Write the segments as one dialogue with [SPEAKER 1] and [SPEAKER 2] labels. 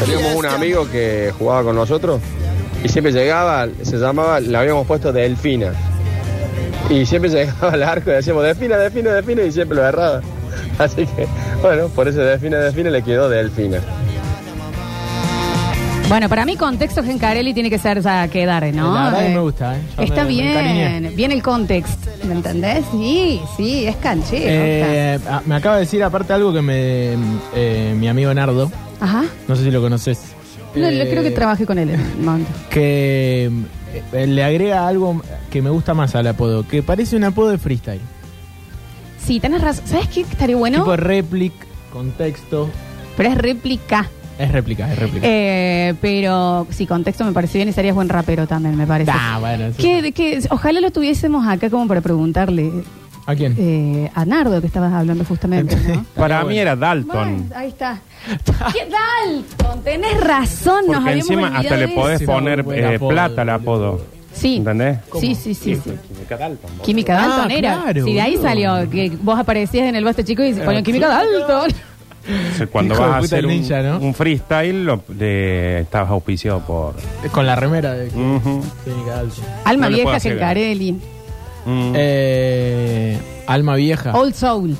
[SPEAKER 1] teníamos un amigo que jugaba con nosotros y siempre llegaba, se llamaba, le habíamos puesto Delfina. Y siempre llegaba al arco y decíamos Delfina, Delfina, Delfina y siempre lo erraba. Así que, bueno, por eso Delfina, Delfina le quedó Delfina.
[SPEAKER 2] Bueno, para mí contexto Gencarelli tiene que ser ya quedar, ¿no?
[SPEAKER 3] La verdad que
[SPEAKER 2] Eh,
[SPEAKER 3] me gusta, ¿eh? Yo
[SPEAKER 2] Está
[SPEAKER 3] me- me encariñé.
[SPEAKER 2] bien, bien el contexto, ¿me entendés? Sí, sí, es canchero.
[SPEAKER 3] Eh, ah, me acaba de decir aparte algo que me eh, mi amigo Nardo,
[SPEAKER 2] está. Ajá.
[SPEAKER 3] no sé si lo conoces.
[SPEAKER 2] No,
[SPEAKER 3] Eh,
[SPEAKER 2] yo creo que trabajé con él en un momento.
[SPEAKER 3] Que eh, le agrega algo que me gusta más al apodo, que parece un apodo de freestyle.
[SPEAKER 2] Sí, tenés razón. ¿Sabes qué estaría bueno?
[SPEAKER 3] Tipo réplica, contexto.
[SPEAKER 2] Pero es réplica.
[SPEAKER 3] Es réplica, es réplica.
[SPEAKER 2] Eh, pero sí, contexto me parece bien y serías buen rapero también, me parece.
[SPEAKER 3] Ah, bueno, sí.
[SPEAKER 2] Que- que- ojalá lo tuviésemos acá como para preguntarle
[SPEAKER 3] ¿A quién?
[SPEAKER 2] eh, a Nardo que estabas hablando justamente, ¿no?
[SPEAKER 4] Para
[SPEAKER 3] Bueno.
[SPEAKER 4] mí era Dalton.
[SPEAKER 2] Bueno, ahí está. ¿Qué Dalton? Tenés razón, nos
[SPEAKER 4] Porque
[SPEAKER 2] habíamos
[SPEAKER 4] encima hasta
[SPEAKER 2] olvidado
[SPEAKER 4] le
[SPEAKER 2] de
[SPEAKER 4] podés
[SPEAKER 2] eso.
[SPEAKER 4] poner
[SPEAKER 3] Buen
[SPEAKER 4] eh,
[SPEAKER 3] apodo,
[SPEAKER 4] plata al
[SPEAKER 3] boludo.
[SPEAKER 4] apodo.
[SPEAKER 2] Sí.
[SPEAKER 4] ¿Entendés?
[SPEAKER 2] Sí, sí, sí, sí.
[SPEAKER 4] Química Dalton. boludo.
[SPEAKER 2] Química
[SPEAKER 3] Ah,
[SPEAKER 2] Dalton era.
[SPEAKER 3] claro,
[SPEAKER 2] sí, de ahí
[SPEAKER 3] boludo.
[SPEAKER 2] salió. Que vos aparecías en el Basta Chico y se ponían
[SPEAKER 3] Eh,
[SPEAKER 2] Química Dalton.
[SPEAKER 4] O sea, Cuando
[SPEAKER 3] Hijo
[SPEAKER 4] vas
[SPEAKER 3] de
[SPEAKER 4] a
[SPEAKER 3] puta
[SPEAKER 4] hacer un,
[SPEAKER 3] ninja, ¿no?
[SPEAKER 4] un freestyle, lo- le- estabas auspiciado por.
[SPEAKER 3] Con la remera de
[SPEAKER 4] Ujú.
[SPEAKER 3] Clínica Dalton.
[SPEAKER 2] Alma
[SPEAKER 4] No le puedo
[SPEAKER 2] vieja,
[SPEAKER 4] hacer ganas.
[SPEAKER 2] Gencarelli.
[SPEAKER 4] Mm.
[SPEAKER 3] Eh, Alma vieja.
[SPEAKER 2] Old Soul.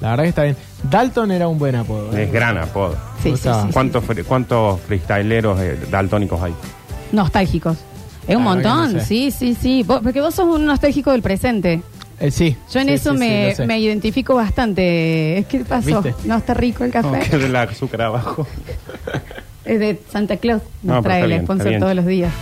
[SPEAKER 3] La verdad que está bien. Dalton era un buen apodo. ¿eh?
[SPEAKER 4] es gran apodo.
[SPEAKER 2] Sí, sí, sí,
[SPEAKER 3] Gustavo.
[SPEAKER 2] sí.
[SPEAKER 4] ¿Cuántos, fre- cuántos freestyleros eh, daltónicos hay?
[SPEAKER 2] Nostálgicos. Es un
[SPEAKER 3] Ah,
[SPEAKER 2] montón,
[SPEAKER 3] no sé.
[SPEAKER 2] sí, sí, sí. Vos- porque vos sos un nostálgico del presente.
[SPEAKER 3] Eh, sí.
[SPEAKER 2] Yo en
[SPEAKER 3] Sí,
[SPEAKER 2] eso
[SPEAKER 3] sí, sí,
[SPEAKER 2] me,
[SPEAKER 3] lo sé.
[SPEAKER 2] me identifico bastante. Es que pasó.
[SPEAKER 3] ¿Viste?
[SPEAKER 2] No está rico el café.
[SPEAKER 4] Que de la azúcar abajo.
[SPEAKER 2] Es de Santa Claus. Nos
[SPEAKER 4] No, pero
[SPEAKER 2] trae
[SPEAKER 4] está
[SPEAKER 2] el
[SPEAKER 4] bien, está
[SPEAKER 2] sponsor
[SPEAKER 4] bien.
[SPEAKER 2] todos los días.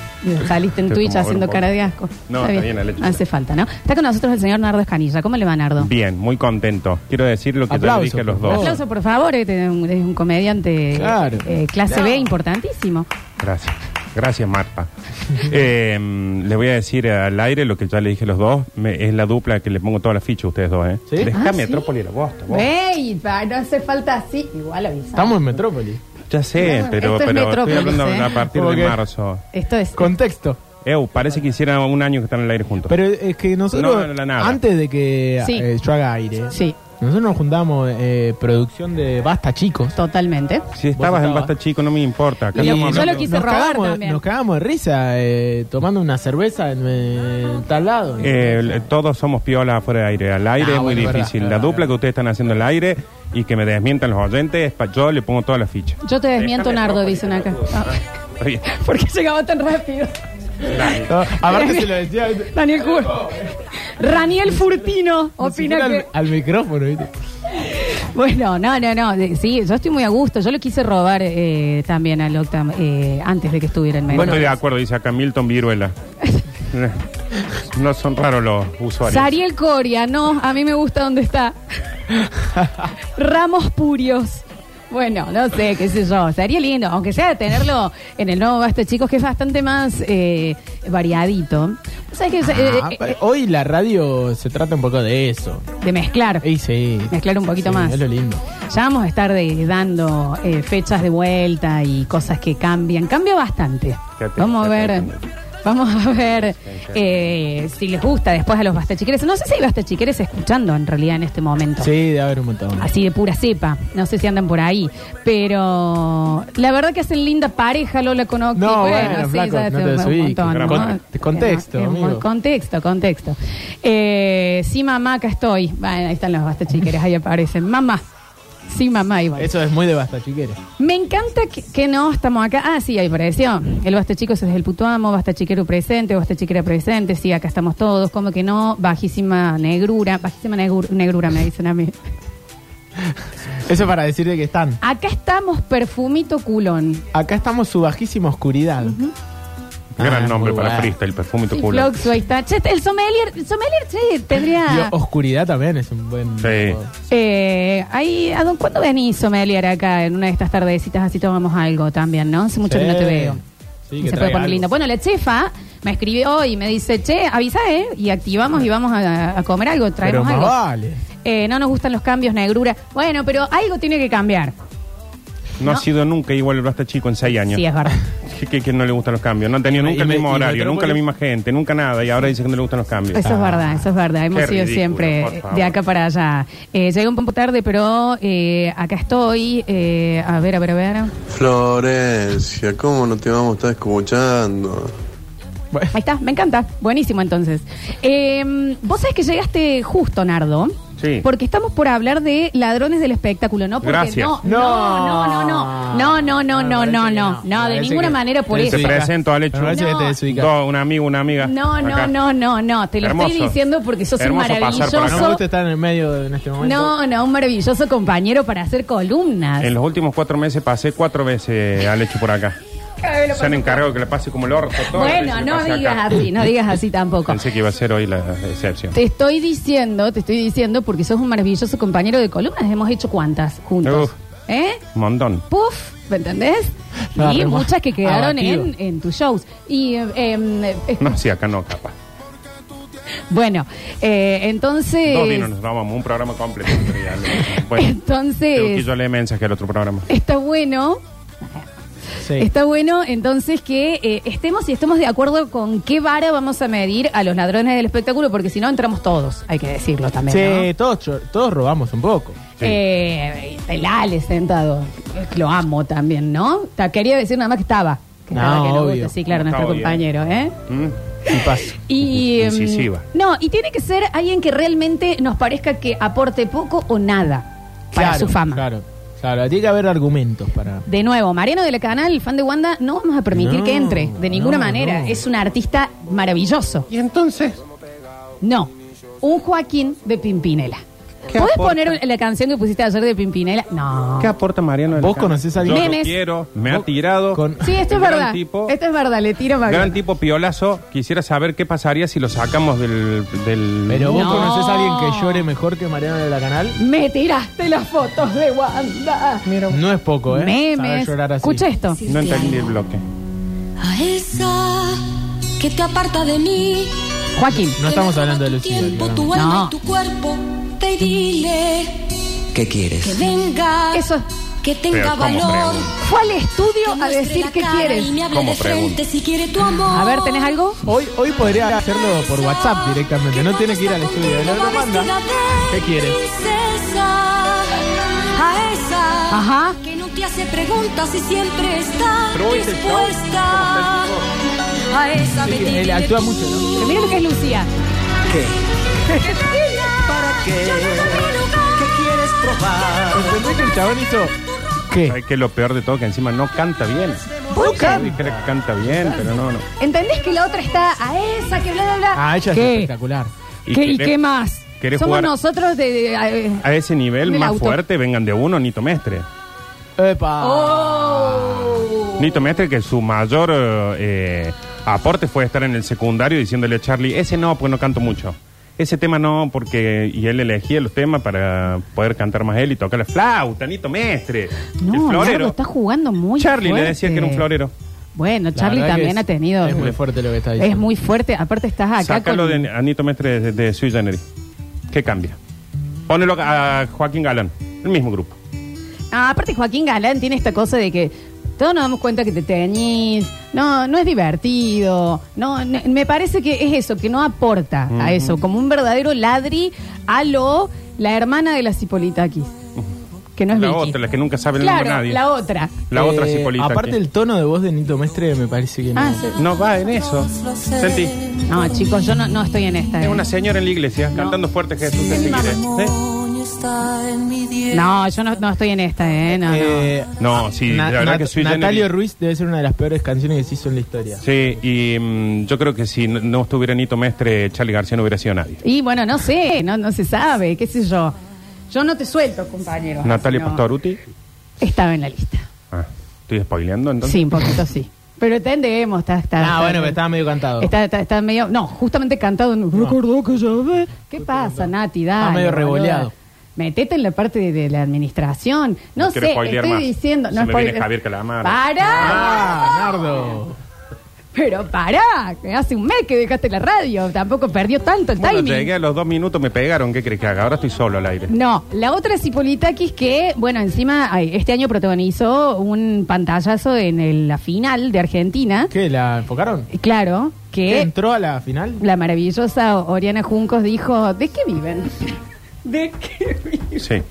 [SPEAKER 2] Saliste en
[SPEAKER 4] Te
[SPEAKER 2] Twitch
[SPEAKER 4] como ver un
[SPEAKER 2] haciendo
[SPEAKER 4] poco.
[SPEAKER 2] cara de asco.
[SPEAKER 4] No, está bien, la leche.
[SPEAKER 2] Hace falta, ¿no? Está con nosotros el señor Nardo Escanilla. ¿Cómo le va, Nardo?
[SPEAKER 4] Bien, muy contento. Quiero decir lo que yo
[SPEAKER 3] Aplauso,
[SPEAKER 4] le dije a los
[SPEAKER 3] por
[SPEAKER 4] dos.
[SPEAKER 3] favor.
[SPEAKER 2] Aplauso, por favor. eh, te- un- Es un comediante
[SPEAKER 3] Claro.
[SPEAKER 2] eh, clase B importantísimo.
[SPEAKER 4] Gracias. Gracias, Marta. Eh, mm, les voy a decir al aire lo que ya le dije a los dos. Me- es la dupla que le pongo toda la ficha a ustedes dos, ¿eh?
[SPEAKER 3] ¿Sí?
[SPEAKER 4] Dejá
[SPEAKER 2] Ah, ¿sí?
[SPEAKER 4] Metrópoli a la bosta, vos.
[SPEAKER 2] Ey, pa, no hace falta así. Igual avisa.
[SPEAKER 3] Estamos en Metrópoli.
[SPEAKER 4] Ya sé,
[SPEAKER 2] Claro, esto
[SPEAKER 4] pero,
[SPEAKER 2] es
[SPEAKER 4] pero estoy
[SPEAKER 2] Metrópolis,
[SPEAKER 4] hablando
[SPEAKER 2] ¿eh?
[SPEAKER 4] a partir
[SPEAKER 3] ¿Cómo
[SPEAKER 4] de
[SPEAKER 3] que?
[SPEAKER 4] marzo.
[SPEAKER 2] Esto es.
[SPEAKER 3] Contexto.
[SPEAKER 4] Eu, parece que hicieran un año que están al aire juntos.
[SPEAKER 3] Pero es que nosotros,
[SPEAKER 4] No, no, no, nada.
[SPEAKER 3] antes de que
[SPEAKER 2] Sí.
[SPEAKER 3] eh, yo haga aire,
[SPEAKER 2] Sí,
[SPEAKER 3] nosotros nos juntamos eh, producción de Basta Chicos.
[SPEAKER 2] totalmente.
[SPEAKER 4] si estabas en
[SPEAKER 3] estabas.
[SPEAKER 4] Basta Chico, no me importa. Acá
[SPEAKER 2] Y
[SPEAKER 4] estamos
[SPEAKER 2] yo
[SPEAKER 4] hablando-
[SPEAKER 2] lo quise
[SPEAKER 3] nos
[SPEAKER 2] robar
[SPEAKER 3] cagamos de-
[SPEAKER 2] también.
[SPEAKER 3] Nos cagamos de risa eh, tomando una cerveza en, eh, en tal lado.
[SPEAKER 4] Eh, el- todos somos piolas afuera de aire. Al aire
[SPEAKER 3] Ah,
[SPEAKER 4] es muy
[SPEAKER 3] bueno, es verdad,
[SPEAKER 4] difícil.
[SPEAKER 3] es
[SPEAKER 4] la
[SPEAKER 3] verdad,
[SPEAKER 4] dupla
[SPEAKER 3] es
[SPEAKER 4] que ustedes están haciendo al aire y que me desmientan los oyentes, pa- yo le pongo toda la ficha.
[SPEAKER 2] Yo te desmiento, Nardo, dicen acá. Ah,
[SPEAKER 4] Está bien.
[SPEAKER 2] ¿Por qué llegaba tan rápido?
[SPEAKER 3] No, aparte se lo decía ni
[SPEAKER 2] Daniel Cur. Raniel Furtino opina
[SPEAKER 3] siquiera al,
[SPEAKER 2] que.
[SPEAKER 3] al micrófono, ¿viste?
[SPEAKER 2] Bueno, no, no, no. de- Sí, yo estoy muy a gusto. Yo le quise robar eh, también al Octam eh, antes de que estuviera en
[SPEAKER 4] No
[SPEAKER 2] medio.
[SPEAKER 4] estoy de acuerdo, dice acá Milton Viruela. no son raros los usuarios.
[SPEAKER 2] Sariel Coria, no, a mí me gusta donde está. Ramos Purios. Bueno, no sé, qué sé yo. Estaría lindo, aunque sea tenerlo en el nuevo Basta, chicos, que es bastante más eh, variadito. ¿Sabes qué? Eh,
[SPEAKER 3] Ah,
[SPEAKER 2] eh,
[SPEAKER 3] pero hoy la radio se trata un poco de eso.
[SPEAKER 2] de mezclar.
[SPEAKER 3] Y sí.
[SPEAKER 2] Mezclar un poquito
[SPEAKER 3] Sí,
[SPEAKER 2] más.
[SPEAKER 3] Es lo lindo.
[SPEAKER 2] Ya vamos a estar de- dando eh, fechas de vuelta y cosas que cambian. Cambia bastante.
[SPEAKER 4] Fíjate,
[SPEAKER 2] Vamos a
[SPEAKER 4] fíjate.
[SPEAKER 2] ver. Vamos a ver eh, si les gusta después a los bastachiqueres. No sé si hay bastachiqueres escuchando en realidad en este momento.
[SPEAKER 3] Sí, debe haber un montón.
[SPEAKER 2] Así de pura cepa. No sé si andan por ahí. Pero la verdad que hacen linda pareja Lola con Octi.
[SPEAKER 3] No, bueno, flaco,
[SPEAKER 2] ya
[SPEAKER 3] no
[SPEAKER 2] hace
[SPEAKER 3] te
[SPEAKER 2] un
[SPEAKER 3] desubiques.
[SPEAKER 2] montón,
[SPEAKER 4] Gran
[SPEAKER 2] ¿no?
[SPEAKER 3] con- contexto,
[SPEAKER 2] Es un-
[SPEAKER 3] amigo.
[SPEAKER 2] Contexto, contexto. Eh, sí, mamá, acá estoy. Bueno, ahí están los bastachiqueres, ahí aparecen. Mamá. Sí, mamá, igual.
[SPEAKER 3] Eso es muy de basta, chiquera.
[SPEAKER 2] Me encanta que, que no estamos acá. Ah, sí, ahí apareció. El Basta Chicos es el puto amo, Basta Chiquero presente, Basta Chiquera presente. Sí, acá estamos todos. ¿Cómo que no? Bajísima negrura. Bajísima negru- negrura, me dicen a mí.
[SPEAKER 3] Eso para decirle que están.
[SPEAKER 2] Acá estamos, perfumito culón.
[SPEAKER 3] Acá estamos su bajísima oscuridad.
[SPEAKER 4] Gran
[SPEAKER 3] Ah,
[SPEAKER 4] nombre
[SPEAKER 3] muy
[SPEAKER 4] para
[SPEAKER 3] bueno.
[SPEAKER 4] freestyle, perfume tu
[SPEAKER 2] Sí,
[SPEAKER 4] culo.
[SPEAKER 2] Floxo, ahí está. Che, el sommelier, el sommelier, che, tendría...
[SPEAKER 3] Y oscuridad también es un buen.
[SPEAKER 4] Sí.
[SPEAKER 2] Eh, ahí, ¿a dónde- ¿Cuándo venís, sommelier, acá en una de estas tardecitas? Así tomamos algo también, ¿no? Hace mucho que no te
[SPEAKER 3] Sí.
[SPEAKER 2] veo.
[SPEAKER 3] Sí,
[SPEAKER 2] Y se puede
[SPEAKER 3] que traiga
[SPEAKER 2] poner
[SPEAKER 3] algo.
[SPEAKER 2] lindo. Bueno, la chefa me escribió y me dice, che, avisa, ¿eh? Y activamos y vamos a, a comer algo,
[SPEAKER 3] Pero
[SPEAKER 2] traemos
[SPEAKER 3] más
[SPEAKER 2] algo.
[SPEAKER 3] vale.
[SPEAKER 2] Eh, no nos gustan los cambios, negrura. Bueno, pero algo tiene que cambiar. No.
[SPEAKER 4] No, ha sido nunca igual el Basta este Chico en seis años.
[SPEAKER 2] Sí, es verdad.
[SPEAKER 4] decir que, que no le gustan los cambios. No han
[SPEAKER 3] Y
[SPEAKER 4] tenido
[SPEAKER 3] me-
[SPEAKER 4] nunca
[SPEAKER 3] y
[SPEAKER 4] el
[SPEAKER 3] me-
[SPEAKER 4] mismo
[SPEAKER 3] y me
[SPEAKER 4] horario, nunca la
[SPEAKER 3] Metrópolis-
[SPEAKER 4] misma gente, nunca nada. Y ahora dicen que no le gustan los cambios.
[SPEAKER 2] Eso es verdad, eso es verdad. Hemos
[SPEAKER 4] qué
[SPEAKER 2] sido
[SPEAKER 4] ridículo, por
[SPEAKER 2] siempre
[SPEAKER 4] favor.
[SPEAKER 2] de acá para allá. Eh, llegué un poco tarde, pero eh, acá estoy. Eh, a ver, a ver, a ver.
[SPEAKER 5] Florencia, ¿cómo no te vamos a estar escuchando?
[SPEAKER 3] Bueno,
[SPEAKER 2] Ahí está, me encanta. Buenísimo, entonces. Eh, Vos sabés que llegaste justo, Nardo.
[SPEAKER 4] Sí.
[SPEAKER 2] Porque estamos por hablar de ladrones del espectáculo, ¿no? Porque
[SPEAKER 4] Gracias.
[SPEAKER 2] No, no, no, no, no, no, no, no,
[SPEAKER 3] Me parece
[SPEAKER 2] no,
[SPEAKER 3] que
[SPEAKER 2] no, no, de
[SPEAKER 3] Parece
[SPEAKER 2] ninguna
[SPEAKER 3] que-
[SPEAKER 2] manera por
[SPEAKER 3] Te
[SPEAKER 2] eso.
[SPEAKER 4] Te presento al hecho.
[SPEAKER 3] Me parece que te
[SPEAKER 2] No.
[SPEAKER 3] desubicas.
[SPEAKER 4] Dos, un amigo, una amiga.
[SPEAKER 2] No, no,
[SPEAKER 4] Acá.
[SPEAKER 2] no, no, no, te lo estoy
[SPEAKER 4] Hermoso.
[SPEAKER 2] diciendo porque sos un
[SPEAKER 4] Hermoso pasar por acá.
[SPEAKER 2] maravilloso.
[SPEAKER 3] No me gusta estar en el medio de- en este momento.
[SPEAKER 2] No, no, un maravilloso compañero para hacer columnas.
[SPEAKER 4] En los últimos cuatro meses pasé cuatro veces al hecho por acá. Se han encargado de que le pase como el orto. todo
[SPEAKER 2] Bueno,
[SPEAKER 4] lo
[SPEAKER 2] no
[SPEAKER 4] que le pase
[SPEAKER 2] digas
[SPEAKER 4] acá.
[SPEAKER 2] así, no digas así tampoco.
[SPEAKER 4] Pensé que iba a ser hoy la excepción.
[SPEAKER 2] Te estoy diciendo, te estoy diciendo porque sos un maravilloso compañero de columnas. Hemos hecho cuántas juntos.
[SPEAKER 4] Uf.
[SPEAKER 2] ¿Eh?
[SPEAKER 4] Un montón.
[SPEAKER 2] Puf, ¿me entendés?
[SPEAKER 3] No,
[SPEAKER 2] y
[SPEAKER 3] re-
[SPEAKER 2] muchas que quedaron
[SPEAKER 3] abatido.
[SPEAKER 2] en, en tus shows. Y eh, eh, eh,
[SPEAKER 4] No, sí, acá no, capaz.
[SPEAKER 2] bueno, eh, entonces.
[SPEAKER 4] Dos vinos nos tomamos, un programa completo. Pero ya lo- bueno, tengo que
[SPEAKER 2] entonces.
[SPEAKER 4] yo leer mensaje al otro programa.
[SPEAKER 2] Está bueno
[SPEAKER 3] Sí.
[SPEAKER 2] Está bueno, entonces, que eh, estemos y estemos de acuerdo con qué vara vamos a medir a los ladrones del espectáculo, porque si no entramos todos, hay que decirlo también.
[SPEAKER 3] Sí,
[SPEAKER 2] ¿no?
[SPEAKER 3] todos, cho- todos robamos un poco.
[SPEAKER 4] Sí.
[SPEAKER 2] Eh, el Ale sentado, eh, lo amo también, ¿no? Ta- Quería decir nada más que estaba. Que
[SPEAKER 3] No,
[SPEAKER 2] estaba, que
[SPEAKER 3] obvio.
[SPEAKER 2] gusta, sí, claro,
[SPEAKER 4] No,
[SPEAKER 2] nuestro
[SPEAKER 4] estaba bien.
[SPEAKER 2] compañero, ¿eh?
[SPEAKER 4] Mm.
[SPEAKER 3] Y pasa.
[SPEAKER 2] Y, em,
[SPEAKER 4] Incisiva.
[SPEAKER 2] No, y tiene que ser alguien que realmente nos parezca que aporte poco o nada para
[SPEAKER 3] Claro,
[SPEAKER 2] su fama.
[SPEAKER 3] Claro, claro. Tiene que haber argumentos para.
[SPEAKER 2] De nuevo, Mariano de la Canal, fan de Wanda, no vamos a permitir
[SPEAKER 3] No,
[SPEAKER 2] que entre, de ninguna
[SPEAKER 3] no,
[SPEAKER 2] manera.
[SPEAKER 3] no.
[SPEAKER 2] Es un artista maravilloso.
[SPEAKER 4] Y entonces,
[SPEAKER 2] No, un Joaquín de Pimpinela.
[SPEAKER 4] ¿Qué
[SPEAKER 2] ¿Puedes
[SPEAKER 4] aporta?
[SPEAKER 2] poner la canción que pusiste ayer de Pimpinela? No.
[SPEAKER 4] ¿qué aporta Mariano? del
[SPEAKER 3] ¿Vos
[SPEAKER 4] Campo?
[SPEAKER 3] conocés a alguien?
[SPEAKER 4] Yo lo
[SPEAKER 2] Memes.
[SPEAKER 4] quiero, me ha
[SPEAKER 3] Vos-
[SPEAKER 4] tirado.
[SPEAKER 3] con-
[SPEAKER 2] Sí, esto es
[SPEAKER 4] Gran
[SPEAKER 2] verdad.
[SPEAKER 4] tipo.
[SPEAKER 2] Esto es verdad, le tiro para
[SPEAKER 4] Gran tipo piolazo. Quisiera saber qué pasaría si lo sacamos del. del
[SPEAKER 3] Pero vos
[SPEAKER 2] No.
[SPEAKER 3] conocés a alguien que llore mejor que Mariano de la Canal.
[SPEAKER 2] Me tiraste las fotos de Wanda.
[SPEAKER 3] No es poco, ¿eh? Saber
[SPEAKER 2] Memes.
[SPEAKER 3] llorar así.
[SPEAKER 2] Escucha esto.
[SPEAKER 4] No entendí el bloque.
[SPEAKER 6] A esa que te aparta de mí.
[SPEAKER 2] Joaquín.
[SPEAKER 3] No estamos hablando de Lucía.
[SPEAKER 6] Tiempo,
[SPEAKER 3] claramente.
[SPEAKER 6] tu alma
[SPEAKER 2] No.
[SPEAKER 6] y tu cuerpo. Te dile
[SPEAKER 7] ¿Qué quieres?
[SPEAKER 6] que venga.
[SPEAKER 2] Eso.
[SPEAKER 6] Que tenga
[SPEAKER 4] Pero, ¿cómo
[SPEAKER 6] valor.
[SPEAKER 4] pregunta?
[SPEAKER 2] Fue al estudio a
[SPEAKER 6] muestre
[SPEAKER 2] decir
[SPEAKER 6] la
[SPEAKER 2] qué
[SPEAKER 6] cara
[SPEAKER 2] quieres.
[SPEAKER 6] Y me hable
[SPEAKER 4] ¿Cómo
[SPEAKER 6] de frente
[SPEAKER 4] pregunta?
[SPEAKER 6] si quiere tu amor.
[SPEAKER 2] A ver, ¿tenés algo?
[SPEAKER 3] Hoy, hoy podría hacerlo por WhatsApp directamente. No tiene que ir al estudio.
[SPEAKER 6] de
[SPEAKER 3] Lo- Lo manda. ¿Qué quieres?
[SPEAKER 6] A esa
[SPEAKER 2] Ajá.
[SPEAKER 6] que no te hace preguntas y siempre está
[SPEAKER 4] Pero hoy es el show.
[SPEAKER 6] dispuesta. A esa
[SPEAKER 3] Sí,
[SPEAKER 6] que te
[SPEAKER 3] él
[SPEAKER 6] diré
[SPEAKER 3] actúa
[SPEAKER 6] tú.
[SPEAKER 3] mucho, ¿no?
[SPEAKER 2] Pero mira lo que es Lucía.
[SPEAKER 7] ¿Qué? ¿Para qué? ¿Qué quieres probar?
[SPEAKER 3] Ah, ¿Entendés que el chabón hizo qué?
[SPEAKER 4] ¿Sabes qué es lo peor de todo? Que encima no canta bien.
[SPEAKER 2] ¿Por qué?
[SPEAKER 4] Dijera que canta bien, pero no, no.
[SPEAKER 2] ¿Entendés que la otra está a esa que bla, bla, bla?
[SPEAKER 3] Ah, ella
[SPEAKER 2] ¿Qué?
[SPEAKER 3] es espectacular.
[SPEAKER 2] ¿Qué- ¿Y
[SPEAKER 4] querés-
[SPEAKER 2] qué más?
[SPEAKER 4] querés
[SPEAKER 2] Somos
[SPEAKER 4] jugar- Ah.
[SPEAKER 2] nosotros de... de- a- eh,
[SPEAKER 4] A ese nivel
[SPEAKER 2] Del
[SPEAKER 4] más
[SPEAKER 2] auto.
[SPEAKER 4] fuerte vengan de uno Nito Mestre.
[SPEAKER 3] Epa.
[SPEAKER 2] Oh,
[SPEAKER 4] Nito Mestre que su mayor eh, aporte fue estar en el secundario diciéndole a Charlie, ese no, porque no canto mucho. Ese tema no, porque... Y él elegía los temas para poder cantar más él y tocar la flauta, Nito Mestre.
[SPEAKER 2] no,
[SPEAKER 4] el
[SPEAKER 2] Nardo
[SPEAKER 4] florero.
[SPEAKER 2] está jugando muy
[SPEAKER 4] Charlie le
[SPEAKER 2] fuerte.
[SPEAKER 4] decía que era un florero.
[SPEAKER 2] Bueno,
[SPEAKER 3] La
[SPEAKER 2] Charlie
[SPEAKER 3] verdad que
[SPEAKER 2] también
[SPEAKER 3] es-
[SPEAKER 2] ha tenido...
[SPEAKER 3] Es muy fuerte lo que está diciendo.
[SPEAKER 2] Es muy fuerte. Aparte estás acá
[SPEAKER 4] Sácalo
[SPEAKER 2] con-
[SPEAKER 4] de a Nito Mestre de, de Sui Generis. ¿Qué cambia? Pónelo a Joaquín Galán, el mismo grupo.
[SPEAKER 2] Ah, aparte Joaquín Galán tiene esta cosa de que todos nos damos cuenta que te teñís, no, no es divertido, no, no- me parece que es eso, que no aporta a eso, como un verdadero ladri a lo la hermana de la Cipolitakis, que no es
[SPEAKER 4] La
[SPEAKER 2] Vicky.
[SPEAKER 4] otra, la que nunca sabe el
[SPEAKER 2] Claro,
[SPEAKER 4] nombre a nadie.
[SPEAKER 2] la otra.
[SPEAKER 4] La
[SPEAKER 3] Eh,
[SPEAKER 4] otra Cipolita.
[SPEAKER 3] Aparte
[SPEAKER 4] aquí.
[SPEAKER 3] el tono de voz de Nito Mestre me parece que no.
[SPEAKER 2] Ah, sí.
[SPEAKER 4] No va en eso. Sentí.
[SPEAKER 2] No, chicos, yo no, no estoy en esta.
[SPEAKER 4] Es
[SPEAKER 2] eh.
[SPEAKER 4] una señora en la iglesia cantando fuerte Jesús. que te quiere. ¿Eh?
[SPEAKER 2] No, yo no, no estoy en esta, ¿eh? No, no.
[SPEAKER 3] Eh,
[SPEAKER 4] No, sí,
[SPEAKER 3] Na-
[SPEAKER 4] la verdad
[SPEAKER 3] Nat-
[SPEAKER 4] que Sui
[SPEAKER 3] Natalio
[SPEAKER 4] Generis-
[SPEAKER 3] Ruiz debe ser una de las peores canciones que se hizo en la historia.
[SPEAKER 4] Sí, y mm, yo creo que si no, no estuviera Nito Mestre, Charlie García no hubiera sido nadie.
[SPEAKER 2] Y bueno, no sé, no, no se sabe, qué sé yo. Yo no te suelto, compañero.
[SPEAKER 4] Natalia
[SPEAKER 2] No.
[SPEAKER 4] Pastoruti.
[SPEAKER 2] Estaba en la lista.
[SPEAKER 4] Ah, estoy spoileando entonces.
[SPEAKER 2] Sí, un poquito sí. Pero entendemos, está, está.
[SPEAKER 3] Ah,
[SPEAKER 2] está-
[SPEAKER 3] bueno, pero estaba medio cantado.
[SPEAKER 2] Está, está- está medio. No, justamente cantado. No. Recordó que yo ve- ¿Qué pasa, Nati? Dale,
[SPEAKER 3] medio
[SPEAKER 2] boluda.
[SPEAKER 3] revoleado.
[SPEAKER 2] Metete en la parte de, de la administración. No,
[SPEAKER 4] No quiero
[SPEAKER 2] sé,
[SPEAKER 4] spoilear
[SPEAKER 2] estoy
[SPEAKER 4] más.
[SPEAKER 2] diciendo.
[SPEAKER 4] Se me viene
[SPEAKER 2] spoile-
[SPEAKER 4] Javier Calamaro.
[SPEAKER 2] ¡Para!
[SPEAKER 3] Ah, Nardo.
[SPEAKER 2] Pero pará, que hace un mes que dejaste la radio. Tampoco perdió tanto el
[SPEAKER 4] Bueno,
[SPEAKER 2] timing.
[SPEAKER 4] llegué a los dos minutos, me pegaron. ¿Qué crees que haga? Ahora estoy solo al aire.
[SPEAKER 2] No, la otra es Hipolitakis que, bueno, encima ay, este año protagonizó un pantallazo en el- la final de Argentina.
[SPEAKER 3] ¿Qué? ¿La enfocaron?
[SPEAKER 2] Y Claro,
[SPEAKER 3] ¿Qué,
[SPEAKER 2] que
[SPEAKER 3] ¿Entró a la final?
[SPEAKER 2] la maravillosa Oriana Juncos dijo, ¿de qué viven? ¿De qué viven?
[SPEAKER 4] Sí.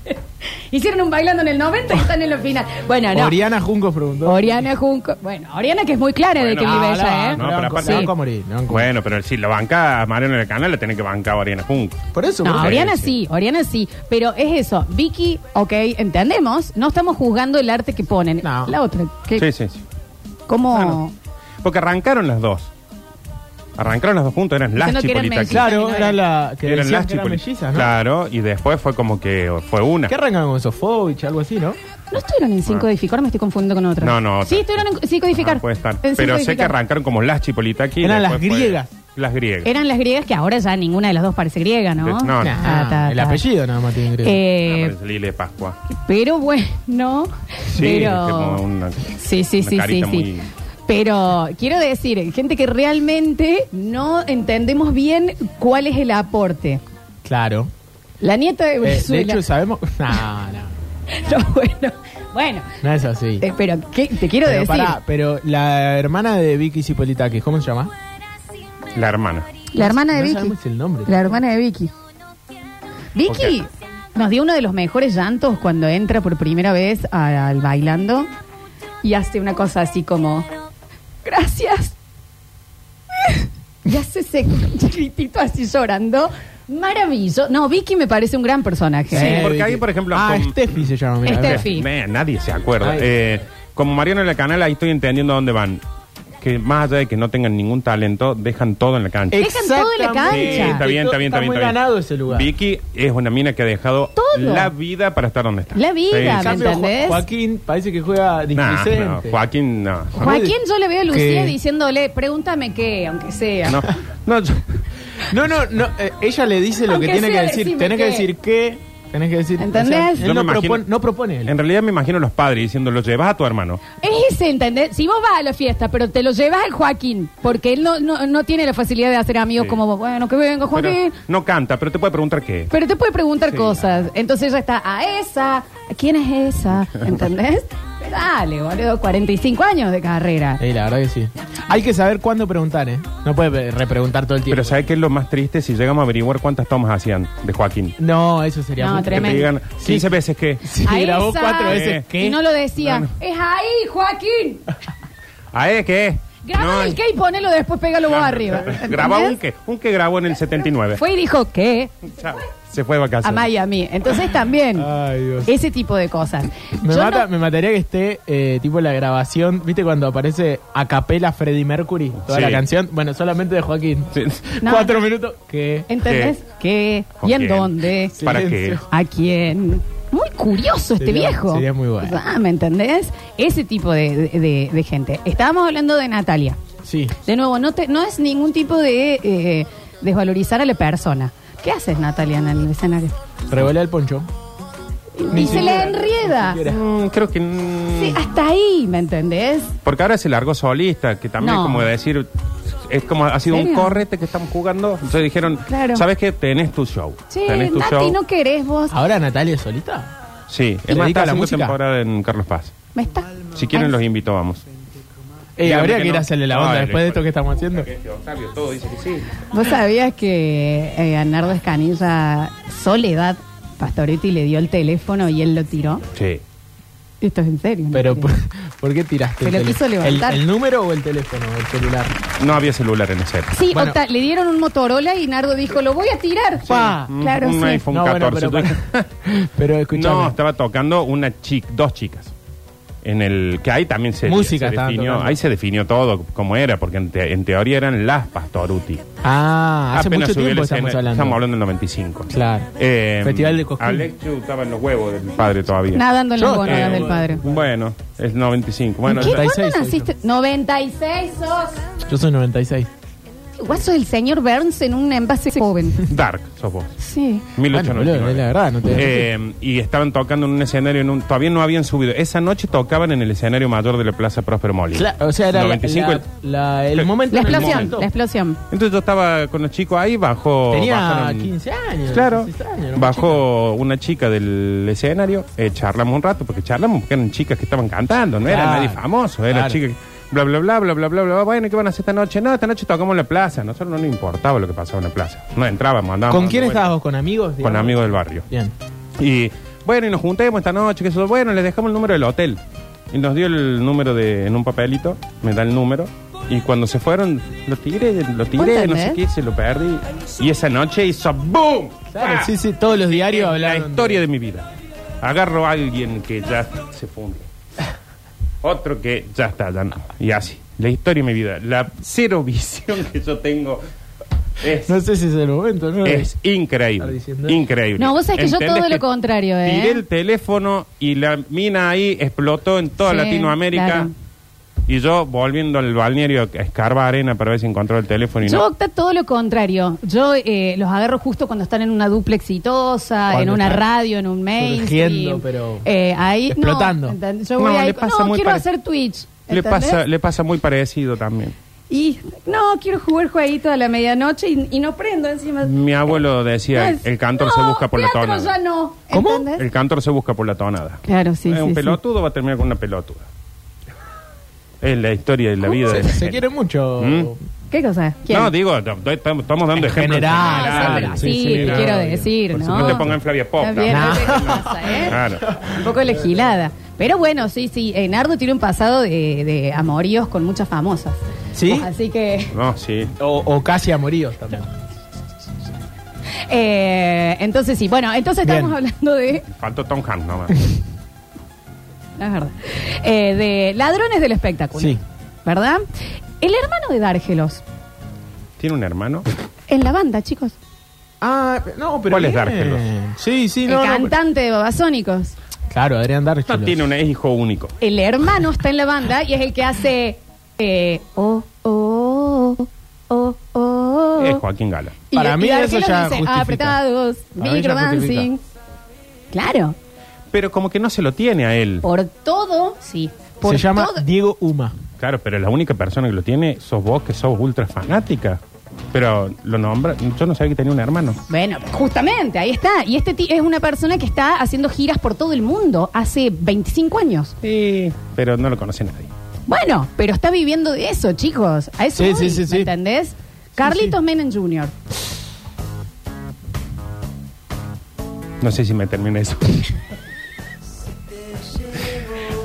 [SPEAKER 2] Hicieron un bailando en el 90 y están en la final. Bueno, no.
[SPEAKER 3] Oriana Juncos preguntó.
[SPEAKER 2] Oriana Juncos. Bueno, Oriana que es muy clara de
[SPEAKER 4] Bueno,
[SPEAKER 2] que
[SPEAKER 4] no,
[SPEAKER 2] vive
[SPEAKER 3] la
[SPEAKER 2] ella, ¿eh?
[SPEAKER 3] banco,
[SPEAKER 4] No,
[SPEAKER 3] la
[SPEAKER 4] pero
[SPEAKER 3] banco,
[SPEAKER 4] aparte-
[SPEAKER 3] la banco a morir, la banco a morir.
[SPEAKER 4] Bueno, pero si la banca a Mariano en el canal, la tiene que bancar a Oriana Junco.
[SPEAKER 3] Por eso, por
[SPEAKER 2] No,
[SPEAKER 3] eso.
[SPEAKER 2] Oriana
[SPEAKER 4] Sí,
[SPEAKER 2] sí, Oriana sí, pero es eso. Vicky, ok, entendemos, no estamos juzgando el arte que ponen.
[SPEAKER 3] No.
[SPEAKER 2] La otra, que,
[SPEAKER 4] Sí, sí, sí. Ah,
[SPEAKER 2] ¿cómo?
[SPEAKER 4] No, no. Porque arrancaron las dos. Arrancaron las dos juntas, eran las
[SPEAKER 2] Diciendo que eran
[SPEAKER 4] chipolitas.
[SPEAKER 2] mellizas.
[SPEAKER 3] Claro, era la que
[SPEAKER 4] eran
[SPEAKER 3] decían
[SPEAKER 4] las
[SPEAKER 3] que eran
[SPEAKER 4] chipolitas.
[SPEAKER 3] mellizas, ¿no?
[SPEAKER 4] Claro, y después fue como que fue una.
[SPEAKER 3] ¿Qué arrancan con Sofovich? Algo así, ¿no?
[SPEAKER 2] No estuvieron en sin codificar, me estoy confundiendo con otra.
[SPEAKER 4] Ah. No, no, otra.
[SPEAKER 2] Sí, estuvieron en sin codificar.
[SPEAKER 4] Ajá, puede estar.
[SPEAKER 2] En sin
[SPEAKER 4] Pero sé que
[SPEAKER 2] codificar.
[SPEAKER 4] arrancaron como las chipolitas aquí. y
[SPEAKER 3] Eran las
[SPEAKER 4] después fue-
[SPEAKER 3] griegas.
[SPEAKER 4] Las griegas. Ah,
[SPEAKER 2] Eran las griegas que ahora ya ninguna de las dos parece griega, ¿no?
[SPEAKER 4] No, no.
[SPEAKER 3] Nah,
[SPEAKER 2] Ah, ta,
[SPEAKER 3] el
[SPEAKER 2] ta.
[SPEAKER 3] apellido nada más tiene que
[SPEAKER 2] Eh,
[SPEAKER 4] Aparece Lili de Pascua.
[SPEAKER 2] pero bueno,
[SPEAKER 4] Sí, es
[SPEAKER 2] pero...
[SPEAKER 4] como una-
[SPEAKER 2] sí, sí,
[SPEAKER 4] una
[SPEAKER 2] sí, sí,
[SPEAKER 4] carita
[SPEAKER 2] sí.
[SPEAKER 4] muy-
[SPEAKER 2] Pero quiero decir, gente que realmente no entendemos bien cuál es el aporte.
[SPEAKER 3] Claro.
[SPEAKER 2] La nieta de
[SPEAKER 3] Eh, de
[SPEAKER 2] Venezuela.
[SPEAKER 3] hecho, sabemos. No, no.
[SPEAKER 2] No, bueno, bueno.
[SPEAKER 3] No es así.
[SPEAKER 2] Te- pero ¿qué te quiero
[SPEAKER 3] Pero,
[SPEAKER 2] decir?
[SPEAKER 3] pará, pero la hermana de Vicky Cipolitakis, ¿cómo se llama?
[SPEAKER 4] La hermana.
[SPEAKER 2] la hermana de
[SPEAKER 3] no
[SPEAKER 2] Vicky.
[SPEAKER 3] sabemos el nombre.
[SPEAKER 2] La hermana de Vicky. Vicky
[SPEAKER 4] Ok.
[SPEAKER 2] nos dio uno de los mejores llantos cuando entra por primera vez a- al bailando y hace una cosa así como gracias. Y hace ese gritito así llorando. Maravilloso. No, Vicky me parece un gran personaje.
[SPEAKER 4] Sí,
[SPEAKER 2] ¿eh?
[SPEAKER 4] porque ahí,
[SPEAKER 3] Vicky.
[SPEAKER 4] por ejemplo,
[SPEAKER 3] Ah,
[SPEAKER 4] con-
[SPEAKER 3] Steffi se llama. mira,
[SPEAKER 2] Steffi.
[SPEAKER 3] mira.
[SPEAKER 2] Sí.
[SPEAKER 4] Man, nadie se acuerda.
[SPEAKER 3] Ay.
[SPEAKER 4] Eh, como Mariano en la canal, ahí estoy entendiendo a dónde van. Que más allá de que no tengan ningún talento, dejan todo en la cancha.
[SPEAKER 2] Dejan todo en la
[SPEAKER 3] Exactamente.
[SPEAKER 2] cancha. Sí,
[SPEAKER 4] está bien, está bien, está bien.
[SPEAKER 3] muy
[SPEAKER 4] está bien.
[SPEAKER 3] ganado ese lugar.
[SPEAKER 4] Vicky es una mina que ha dejado
[SPEAKER 2] Todo.
[SPEAKER 4] la vida para estar donde está.
[SPEAKER 2] La vida,
[SPEAKER 3] En
[SPEAKER 4] Sí, sí.
[SPEAKER 2] ¿me
[SPEAKER 3] cambio, Jo-
[SPEAKER 2] entendés?
[SPEAKER 3] Joaquín parece que juega
[SPEAKER 4] Nah,
[SPEAKER 3] displicente.
[SPEAKER 4] no, Joaquín, no.
[SPEAKER 2] Joaquín, yo le veo a Lucía
[SPEAKER 3] Que-
[SPEAKER 2] diciéndole, pregúntame qué, aunque sea.
[SPEAKER 4] No, no, yo-
[SPEAKER 3] No, no, no, eh, ella le dice lo
[SPEAKER 2] Aunque
[SPEAKER 3] que tiene
[SPEAKER 2] sea,
[SPEAKER 3] que decir.
[SPEAKER 2] decime
[SPEAKER 3] Tenés que
[SPEAKER 2] qué.
[SPEAKER 3] decir qué, tenés que decir.
[SPEAKER 2] ¿Entendés?
[SPEAKER 3] él
[SPEAKER 4] Yo
[SPEAKER 3] no,
[SPEAKER 4] me imagino-
[SPEAKER 3] propone, no propone él.
[SPEAKER 4] en realidad me imagino a los padres diciendo, lo llevas a tu hermano.
[SPEAKER 2] Es ese, ¿entendés? Si vos vas a la fiesta, pero te lo llevas al Joaquín, porque él no, no, no tiene la facilidad de hacer amigos
[SPEAKER 4] Sí.
[SPEAKER 2] como vos. Bueno, que venga
[SPEAKER 4] Pero
[SPEAKER 2] Joaquín. Pero,
[SPEAKER 4] no canta, pero te puede preguntar qué.
[SPEAKER 2] te puede preguntar cosas. Entonces ella está, a esa, ¿a quién es esa? ¿Entendés? Dale, boludo, 45 años de carrera.
[SPEAKER 3] Sí, la verdad que sí. Hay que saber cuándo preguntar, ¿eh? No puede pe- repreguntar todo el tiempo.
[SPEAKER 4] Pero ¿sabes qué es lo más triste? Si llegamos a averiguar cuántas tomas hacían de Joaquín.
[SPEAKER 3] no, eso sería.
[SPEAKER 2] No,
[SPEAKER 3] muy-
[SPEAKER 4] Que te
[SPEAKER 2] tremendo.
[SPEAKER 4] digan 15 veces que...
[SPEAKER 3] Sí,
[SPEAKER 2] A
[SPEAKER 3] grabó
[SPEAKER 2] esa.
[SPEAKER 3] cuatro veces.
[SPEAKER 4] Eh.
[SPEAKER 3] ¿Qué?
[SPEAKER 2] Y no lo decía.
[SPEAKER 4] No, no.
[SPEAKER 2] Es ahí, Joaquín.
[SPEAKER 4] ¿A él qué?
[SPEAKER 2] Graba
[SPEAKER 4] No,
[SPEAKER 2] el qué y ponelo después, pégalo vos arriba. ¿entendés?
[SPEAKER 4] Graba un que, un que grabó en el 79.
[SPEAKER 2] Fue y dijo que
[SPEAKER 4] Chao. Se fue de
[SPEAKER 2] a
[SPEAKER 4] vacaciones.
[SPEAKER 2] Miami. Entonces también,
[SPEAKER 3] Ay, Dios.
[SPEAKER 2] ese tipo de cosas.
[SPEAKER 3] Me,
[SPEAKER 2] Yo
[SPEAKER 3] mata-
[SPEAKER 2] no-
[SPEAKER 3] me mataría que esté eh, tipo la grabación, ¿viste cuando aparece a capela Freddie Mercury? Toda
[SPEAKER 4] Sí.
[SPEAKER 3] la canción. Bueno, solamente de Joaquín.
[SPEAKER 4] Sí.
[SPEAKER 2] No.
[SPEAKER 3] Cuatro minutos. ¿Qué?
[SPEAKER 2] ¿Entendés? ¿Qué?
[SPEAKER 4] ¿Con
[SPEAKER 2] ¿Y en
[SPEAKER 4] quién?
[SPEAKER 2] dónde?
[SPEAKER 4] ¿Para qué?
[SPEAKER 3] Silencio.
[SPEAKER 2] ¿A quién? Muy curioso este
[SPEAKER 3] Sería-
[SPEAKER 2] viejo.
[SPEAKER 3] sería muy bueno.
[SPEAKER 2] Ah, ¿Me entendés? Ese tipo de, de- de- de gente. Estábamos hablando de Natalia.
[SPEAKER 3] Sí.
[SPEAKER 2] De nuevo, no, te- no es ningún tipo de eh, desvalorizar a la persona. ¿Qué haces, Natalia, en el escenario?
[SPEAKER 3] Revolea el poncho. Ni
[SPEAKER 2] y se le
[SPEAKER 3] siquiera,
[SPEAKER 2] enrieda.
[SPEAKER 3] ni siquiera.
[SPEAKER 4] Mm, creo que... mm,
[SPEAKER 2] Sí, hasta ahí, ¿me entendés?
[SPEAKER 4] Porque ahora se largó solista, que también
[SPEAKER 2] No.
[SPEAKER 4] es como decir... Es como ha sido un
[SPEAKER 2] ¿Serio?
[SPEAKER 4] correte que estamos jugando. Entonces dijeron,
[SPEAKER 2] Claro.
[SPEAKER 4] ¿sabes qué? Tenés tu show.
[SPEAKER 2] Che,
[SPEAKER 4] Tenés tu
[SPEAKER 2] Nati,
[SPEAKER 4] show.
[SPEAKER 2] no querés vos.
[SPEAKER 3] Ahora Natalia es solita.
[SPEAKER 4] Sí,
[SPEAKER 3] ¿Le
[SPEAKER 4] es
[SPEAKER 3] dedica
[SPEAKER 4] más, está
[SPEAKER 3] a la
[SPEAKER 4] haciendo
[SPEAKER 3] música?
[SPEAKER 4] temporada en Carlos Paz.
[SPEAKER 2] ¿Me está?
[SPEAKER 4] Si quieren,
[SPEAKER 2] Ay,
[SPEAKER 4] los invito, vamos.
[SPEAKER 3] Eh,
[SPEAKER 4] Dígame
[SPEAKER 3] habría
[SPEAKER 4] que
[SPEAKER 3] que ir
[SPEAKER 4] no.
[SPEAKER 3] a hacerle la
[SPEAKER 4] No,
[SPEAKER 3] onda
[SPEAKER 4] el-
[SPEAKER 3] después de esto que estamos haciendo.
[SPEAKER 4] Este, Octavio, todo dice que sí.
[SPEAKER 2] ¿Vos sabías que eh, a Nardo Escanilla Soledad Pastoretti le dio el teléfono y él lo tiró?
[SPEAKER 4] Sí.
[SPEAKER 2] Esto es en serio. ¿no?
[SPEAKER 3] Pero, pues, ¿por, por qué tiraste?
[SPEAKER 2] Se lo
[SPEAKER 3] el
[SPEAKER 2] quiso
[SPEAKER 3] teléfono?
[SPEAKER 2] levantar.
[SPEAKER 3] ¿El, el número o el teléfono? El celular.
[SPEAKER 4] No había celular en ese.
[SPEAKER 2] Sí,
[SPEAKER 3] Bueno.
[SPEAKER 2] Octa- le dieron un Motorola y Nardo dijo, lo voy a tirar.
[SPEAKER 3] Pa.
[SPEAKER 4] Mm,
[SPEAKER 2] Claro,
[SPEAKER 4] un
[SPEAKER 2] sí.
[SPEAKER 4] iPhone
[SPEAKER 3] No, bueno,
[SPEAKER 4] 14.
[SPEAKER 3] pero para- pero escuchame.
[SPEAKER 4] No, estaba tocando una chica, dos chicas. En el que ahí también se,
[SPEAKER 3] Música
[SPEAKER 4] se
[SPEAKER 3] estaban
[SPEAKER 4] definió,
[SPEAKER 3] tocando.
[SPEAKER 4] ahí se definió todo como era, porque en, te- en teoría eran las Pastoruti.
[SPEAKER 3] Ah, hace mucho
[SPEAKER 4] subió el
[SPEAKER 3] tiempo estamos
[SPEAKER 4] escena-
[SPEAKER 3] hablando.
[SPEAKER 4] Estamos hablando del 95.
[SPEAKER 3] Claro.
[SPEAKER 4] Eh,
[SPEAKER 3] Festival de Cosquín.
[SPEAKER 4] Alexio estaba en los huevos del padre todavía.
[SPEAKER 2] Nadando en las
[SPEAKER 3] Yo,
[SPEAKER 2] gónadas
[SPEAKER 4] eh,
[SPEAKER 2] del padre.
[SPEAKER 4] Bueno, es 95. Bueno,
[SPEAKER 2] ¿Qué?
[SPEAKER 4] ya-
[SPEAKER 2] ¿Cuándo
[SPEAKER 3] 96 soy
[SPEAKER 2] naciste? 96 sos.
[SPEAKER 3] Yo soy 96.
[SPEAKER 2] Vos sos el señor Burns en un envase joven.
[SPEAKER 4] Dark, sos vos.
[SPEAKER 2] Sí.
[SPEAKER 3] Bueno, boludo,
[SPEAKER 4] 1899.
[SPEAKER 3] es la verdad, no te-
[SPEAKER 4] Eh, y estaban tocando en un escenario, en un- todavía no habían subido. Esa noche tocaban en el escenario mayor de la Plaza Próspero Molina.
[SPEAKER 3] Cla- o sea, era la-
[SPEAKER 4] 95
[SPEAKER 3] la- la- el
[SPEAKER 4] Sí.
[SPEAKER 3] momento.
[SPEAKER 2] La
[SPEAKER 3] en el
[SPEAKER 2] explosión,
[SPEAKER 3] momento.
[SPEAKER 2] la explosión.
[SPEAKER 4] Entonces yo estaba con los chicos ahí, bajó...
[SPEAKER 3] Tenía
[SPEAKER 4] Oh, bajaron-
[SPEAKER 3] 15 años.
[SPEAKER 4] Claro,
[SPEAKER 3] 16 años, era un
[SPEAKER 4] bajó una chica del escenario, eh, charlamos un rato, porque charlamos porque eran chicas que estaban cantando, no era
[SPEAKER 3] Claro,
[SPEAKER 4] nadie famoso, era
[SPEAKER 3] claro.
[SPEAKER 4] chica que- bla, bla, bla, bla, bla, bla, bla, bueno, ¿qué van a hacer esta noche? No, esta noche tocamos en la plaza, a nosotros no nos importaba lo que pasaba en la plaza, no entrábamos,
[SPEAKER 3] chico.
[SPEAKER 4] andábamos.
[SPEAKER 3] ¿Con
[SPEAKER 4] dando
[SPEAKER 3] quién
[SPEAKER 4] vueltas.
[SPEAKER 3] estabas vos? ¿Con amigos?
[SPEAKER 4] Con
[SPEAKER 3] digamos?
[SPEAKER 4] amigos del barrio.
[SPEAKER 3] Bien.
[SPEAKER 4] Y bueno, y nos juntemos esta noche, que eso, bueno, les dejamos el número del hotel. Y nos dio el número de, en un papelito, me da el número. Y cuando se fueron, lo tiré, lo tiré, no sé
[SPEAKER 2] ¿Entendés?
[SPEAKER 4] qué, se lo perdí. Y esa noche hizo ¡boom!
[SPEAKER 3] Claro,
[SPEAKER 4] ¡Ah!
[SPEAKER 3] sí, sí, todos los diarios
[SPEAKER 4] Es La
[SPEAKER 3] hablaron.
[SPEAKER 4] historia de mi vida. Agarro a alguien que ya se funde. Otro que ya está, ya no. Y así. La historia de mi vida. La cero visión que yo tengo es
[SPEAKER 3] No sé si es el momento, ¿no?
[SPEAKER 4] es
[SPEAKER 3] Estar
[SPEAKER 4] increíble.
[SPEAKER 3] diciendo-
[SPEAKER 4] Increíble.
[SPEAKER 2] No, vos sabés que yo
[SPEAKER 4] ¿Entendés
[SPEAKER 2] todo lo
[SPEAKER 4] que
[SPEAKER 2] contrario, ¿eh?
[SPEAKER 4] Tiré el teléfono y la mina ahí explotó en toda
[SPEAKER 2] Sí,
[SPEAKER 4] Latinoamérica.
[SPEAKER 2] claro.
[SPEAKER 4] Y yo volviendo al balneario a escarbar arena para ver si encontró el teléfono y
[SPEAKER 2] Yo,
[SPEAKER 4] no.
[SPEAKER 2] Octa, todo lo contrario. Yo eh, los agarro justo cuando están en una dupla exitosa,
[SPEAKER 3] Cuando
[SPEAKER 2] en una
[SPEAKER 3] están
[SPEAKER 2] radio, en un mail. Eh,
[SPEAKER 3] surgiendo, pero
[SPEAKER 2] ahí, no,
[SPEAKER 3] explotando.
[SPEAKER 2] ¿entendés? yo
[SPEAKER 4] No,
[SPEAKER 2] voy ahí,
[SPEAKER 4] le pasa
[SPEAKER 2] no,
[SPEAKER 4] muy
[SPEAKER 2] quiero
[SPEAKER 4] pare-
[SPEAKER 2] hacer Twitch.
[SPEAKER 4] Le
[SPEAKER 2] ¿entendés?
[SPEAKER 4] pasa, le pasa muy parecido también.
[SPEAKER 2] Y no, quiero jugar jueguito a la medianoche y, y no prendo encima.
[SPEAKER 4] Mi abuelo decía,
[SPEAKER 2] No es-
[SPEAKER 4] Mm, el cantor
[SPEAKER 2] no,
[SPEAKER 4] se busca por la
[SPEAKER 2] teatro
[SPEAKER 4] tonada.
[SPEAKER 2] ya no.
[SPEAKER 3] ¿Cómo?
[SPEAKER 2] ¿entendés?
[SPEAKER 4] El cantor se busca por la tonada.
[SPEAKER 2] Claro, sí,
[SPEAKER 4] Eh,
[SPEAKER 2] sí,
[SPEAKER 4] un
[SPEAKER 2] sí.
[SPEAKER 4] pelotudo va a terminar con una pelotuda. Es la historia de la vida.
[SPEAKER 3] Se,
[SPEAKER 4] de la
[SPEAKER 3] se
[SPEAKER 4] gente.
[SPEAKER 3] quiere mucho.
[SPEAKER 4] ¿Mm?
[SPEAKER 2] ¿Qué cosa? ¿Quién?
[SPEAKER 4] No, digo, no, no, estamos estamos dando
[SPEAKER 3] En
[SPEAKER 4] ejemplos
[SPEAKER 3] general,
[SPEAKER 4] generales.
[SPEAKER 3] claro,
[SPEAKER 2] Ah, sí,
[SPEAKER 3] sí, sí,
[SPEAKER 2] quiero
[SPEAKER 3] claro.
[SPEAKER 2] decir,
[SPEAKER 4] Por
[SPEAKER 2] ¿no?
[SPEAKER 4] supuesto, no te pongan Flavia Pop,
[SPEAKER 2] Está bien,
[SPEAKER 4] ¿no?
[SPEAKER 2] no sé qué pasa, ¿eh?
[SPEAKER 4] Claro.
[SPEAKER 2] Un poco elegilada. Pero bueno, sí, sí, eh, Nardo tiene un pasado de, de amoríos con muchas famosas.
[SPEAKER 3] ¿Sí?
[SPEAKER 2] Así que,
[SPEAKER 4] No, sí.
[SPEAKER 3] O, o casi amoríos también.
[SPEAKER 2] eh, entonces sí, bueno, entonces estamos
[SPEAKER 3] Bien.
[SPEAKER 2] hablando de,
[SPEAKER 4] Faltó Tom Hanks nomás.
[SPEAKER 2] no, es verdad, Eh, de ladrones del espectáculo.
[SPEAKER 3] Sí.
[SPEAKER 2] ¿Verdad? El hermano de Dárgelos,
[SPEAKER 4] ¿Tiene un hermano?
[SPEAKER 2] en la banda, chicos.
[SPEAKER 3] Ah, no, pero.
[SPEAKER 4] ¿Cuál es
[SPEAKER 3] bien.
[SPEAKER 4] Dárgelos?
[SPEAKER 3] Sí, sí, no.
[SPEAKER 2] el
[SPEAKER 3] no,
[SPEAKER 2] cantante de Babasónicos.
[SPEAKER 3] Claro, Adrián
[SPEAKER 4] No,
[SPEAKER 3] Dárgelos.
[SPEAKER 4] tiene un hijo único.
[SPEAKER 2] El hermano está en la banda y es el que hace... eh, oh, oh, oh, oh, oh, oh.
[SPEAKER 4] Es Joaquín Gala.
[SPEAKER 2] Y-
[SPEAKER 3] Para
[SPEAKER 2] y
[SPEAKER 3] mí
[SPEAKER 2] Dargelos
[SPEAKER 3] eso ya
[SPEAKER 2] dice,
[SPEAKER 3] justifica.
[SPEAKER 2] apretados,
[SPEAKER 3] Para mí ya
[SPEAKER 2] microdancing. Claro,
[SPEAKER 4] Pero como que no se lo tiene a él.
[SPEAKER 2] por todo, sí. Por
[SPEAKER 3] Se llama
[SPEAKER 2] todo-
[SPEAKER 3] Diego Uma.
[SPEAKER 4] Claro, pero la única persona que lo tiene sos vos, que sos ultra fanática. Pero lo nombra. Yo no sabía que tenía un hermano.
[SPEAKER 2] Bueno, justamente, ahí está. Y este ti- es una persona que está haciendo giras por todo el mundo hace 25 años.
[SPEAKER 4] Sí. Pero no lo conoce nadie.
[SPEAKER 2] Bueno, pero está viviendo de eso, chicos. A eso
[SPEAKER 3] Sí,
[SPEAKER 2] voy,
[SPEAKER 3] sí, sí,
[SPEAKER 2] ¿me
[SPEAKER 3] sí.
[SPEAKER 2] entendés? Carlitos Menem Jr.
[SPEAKER 4] No sé si me termina eso.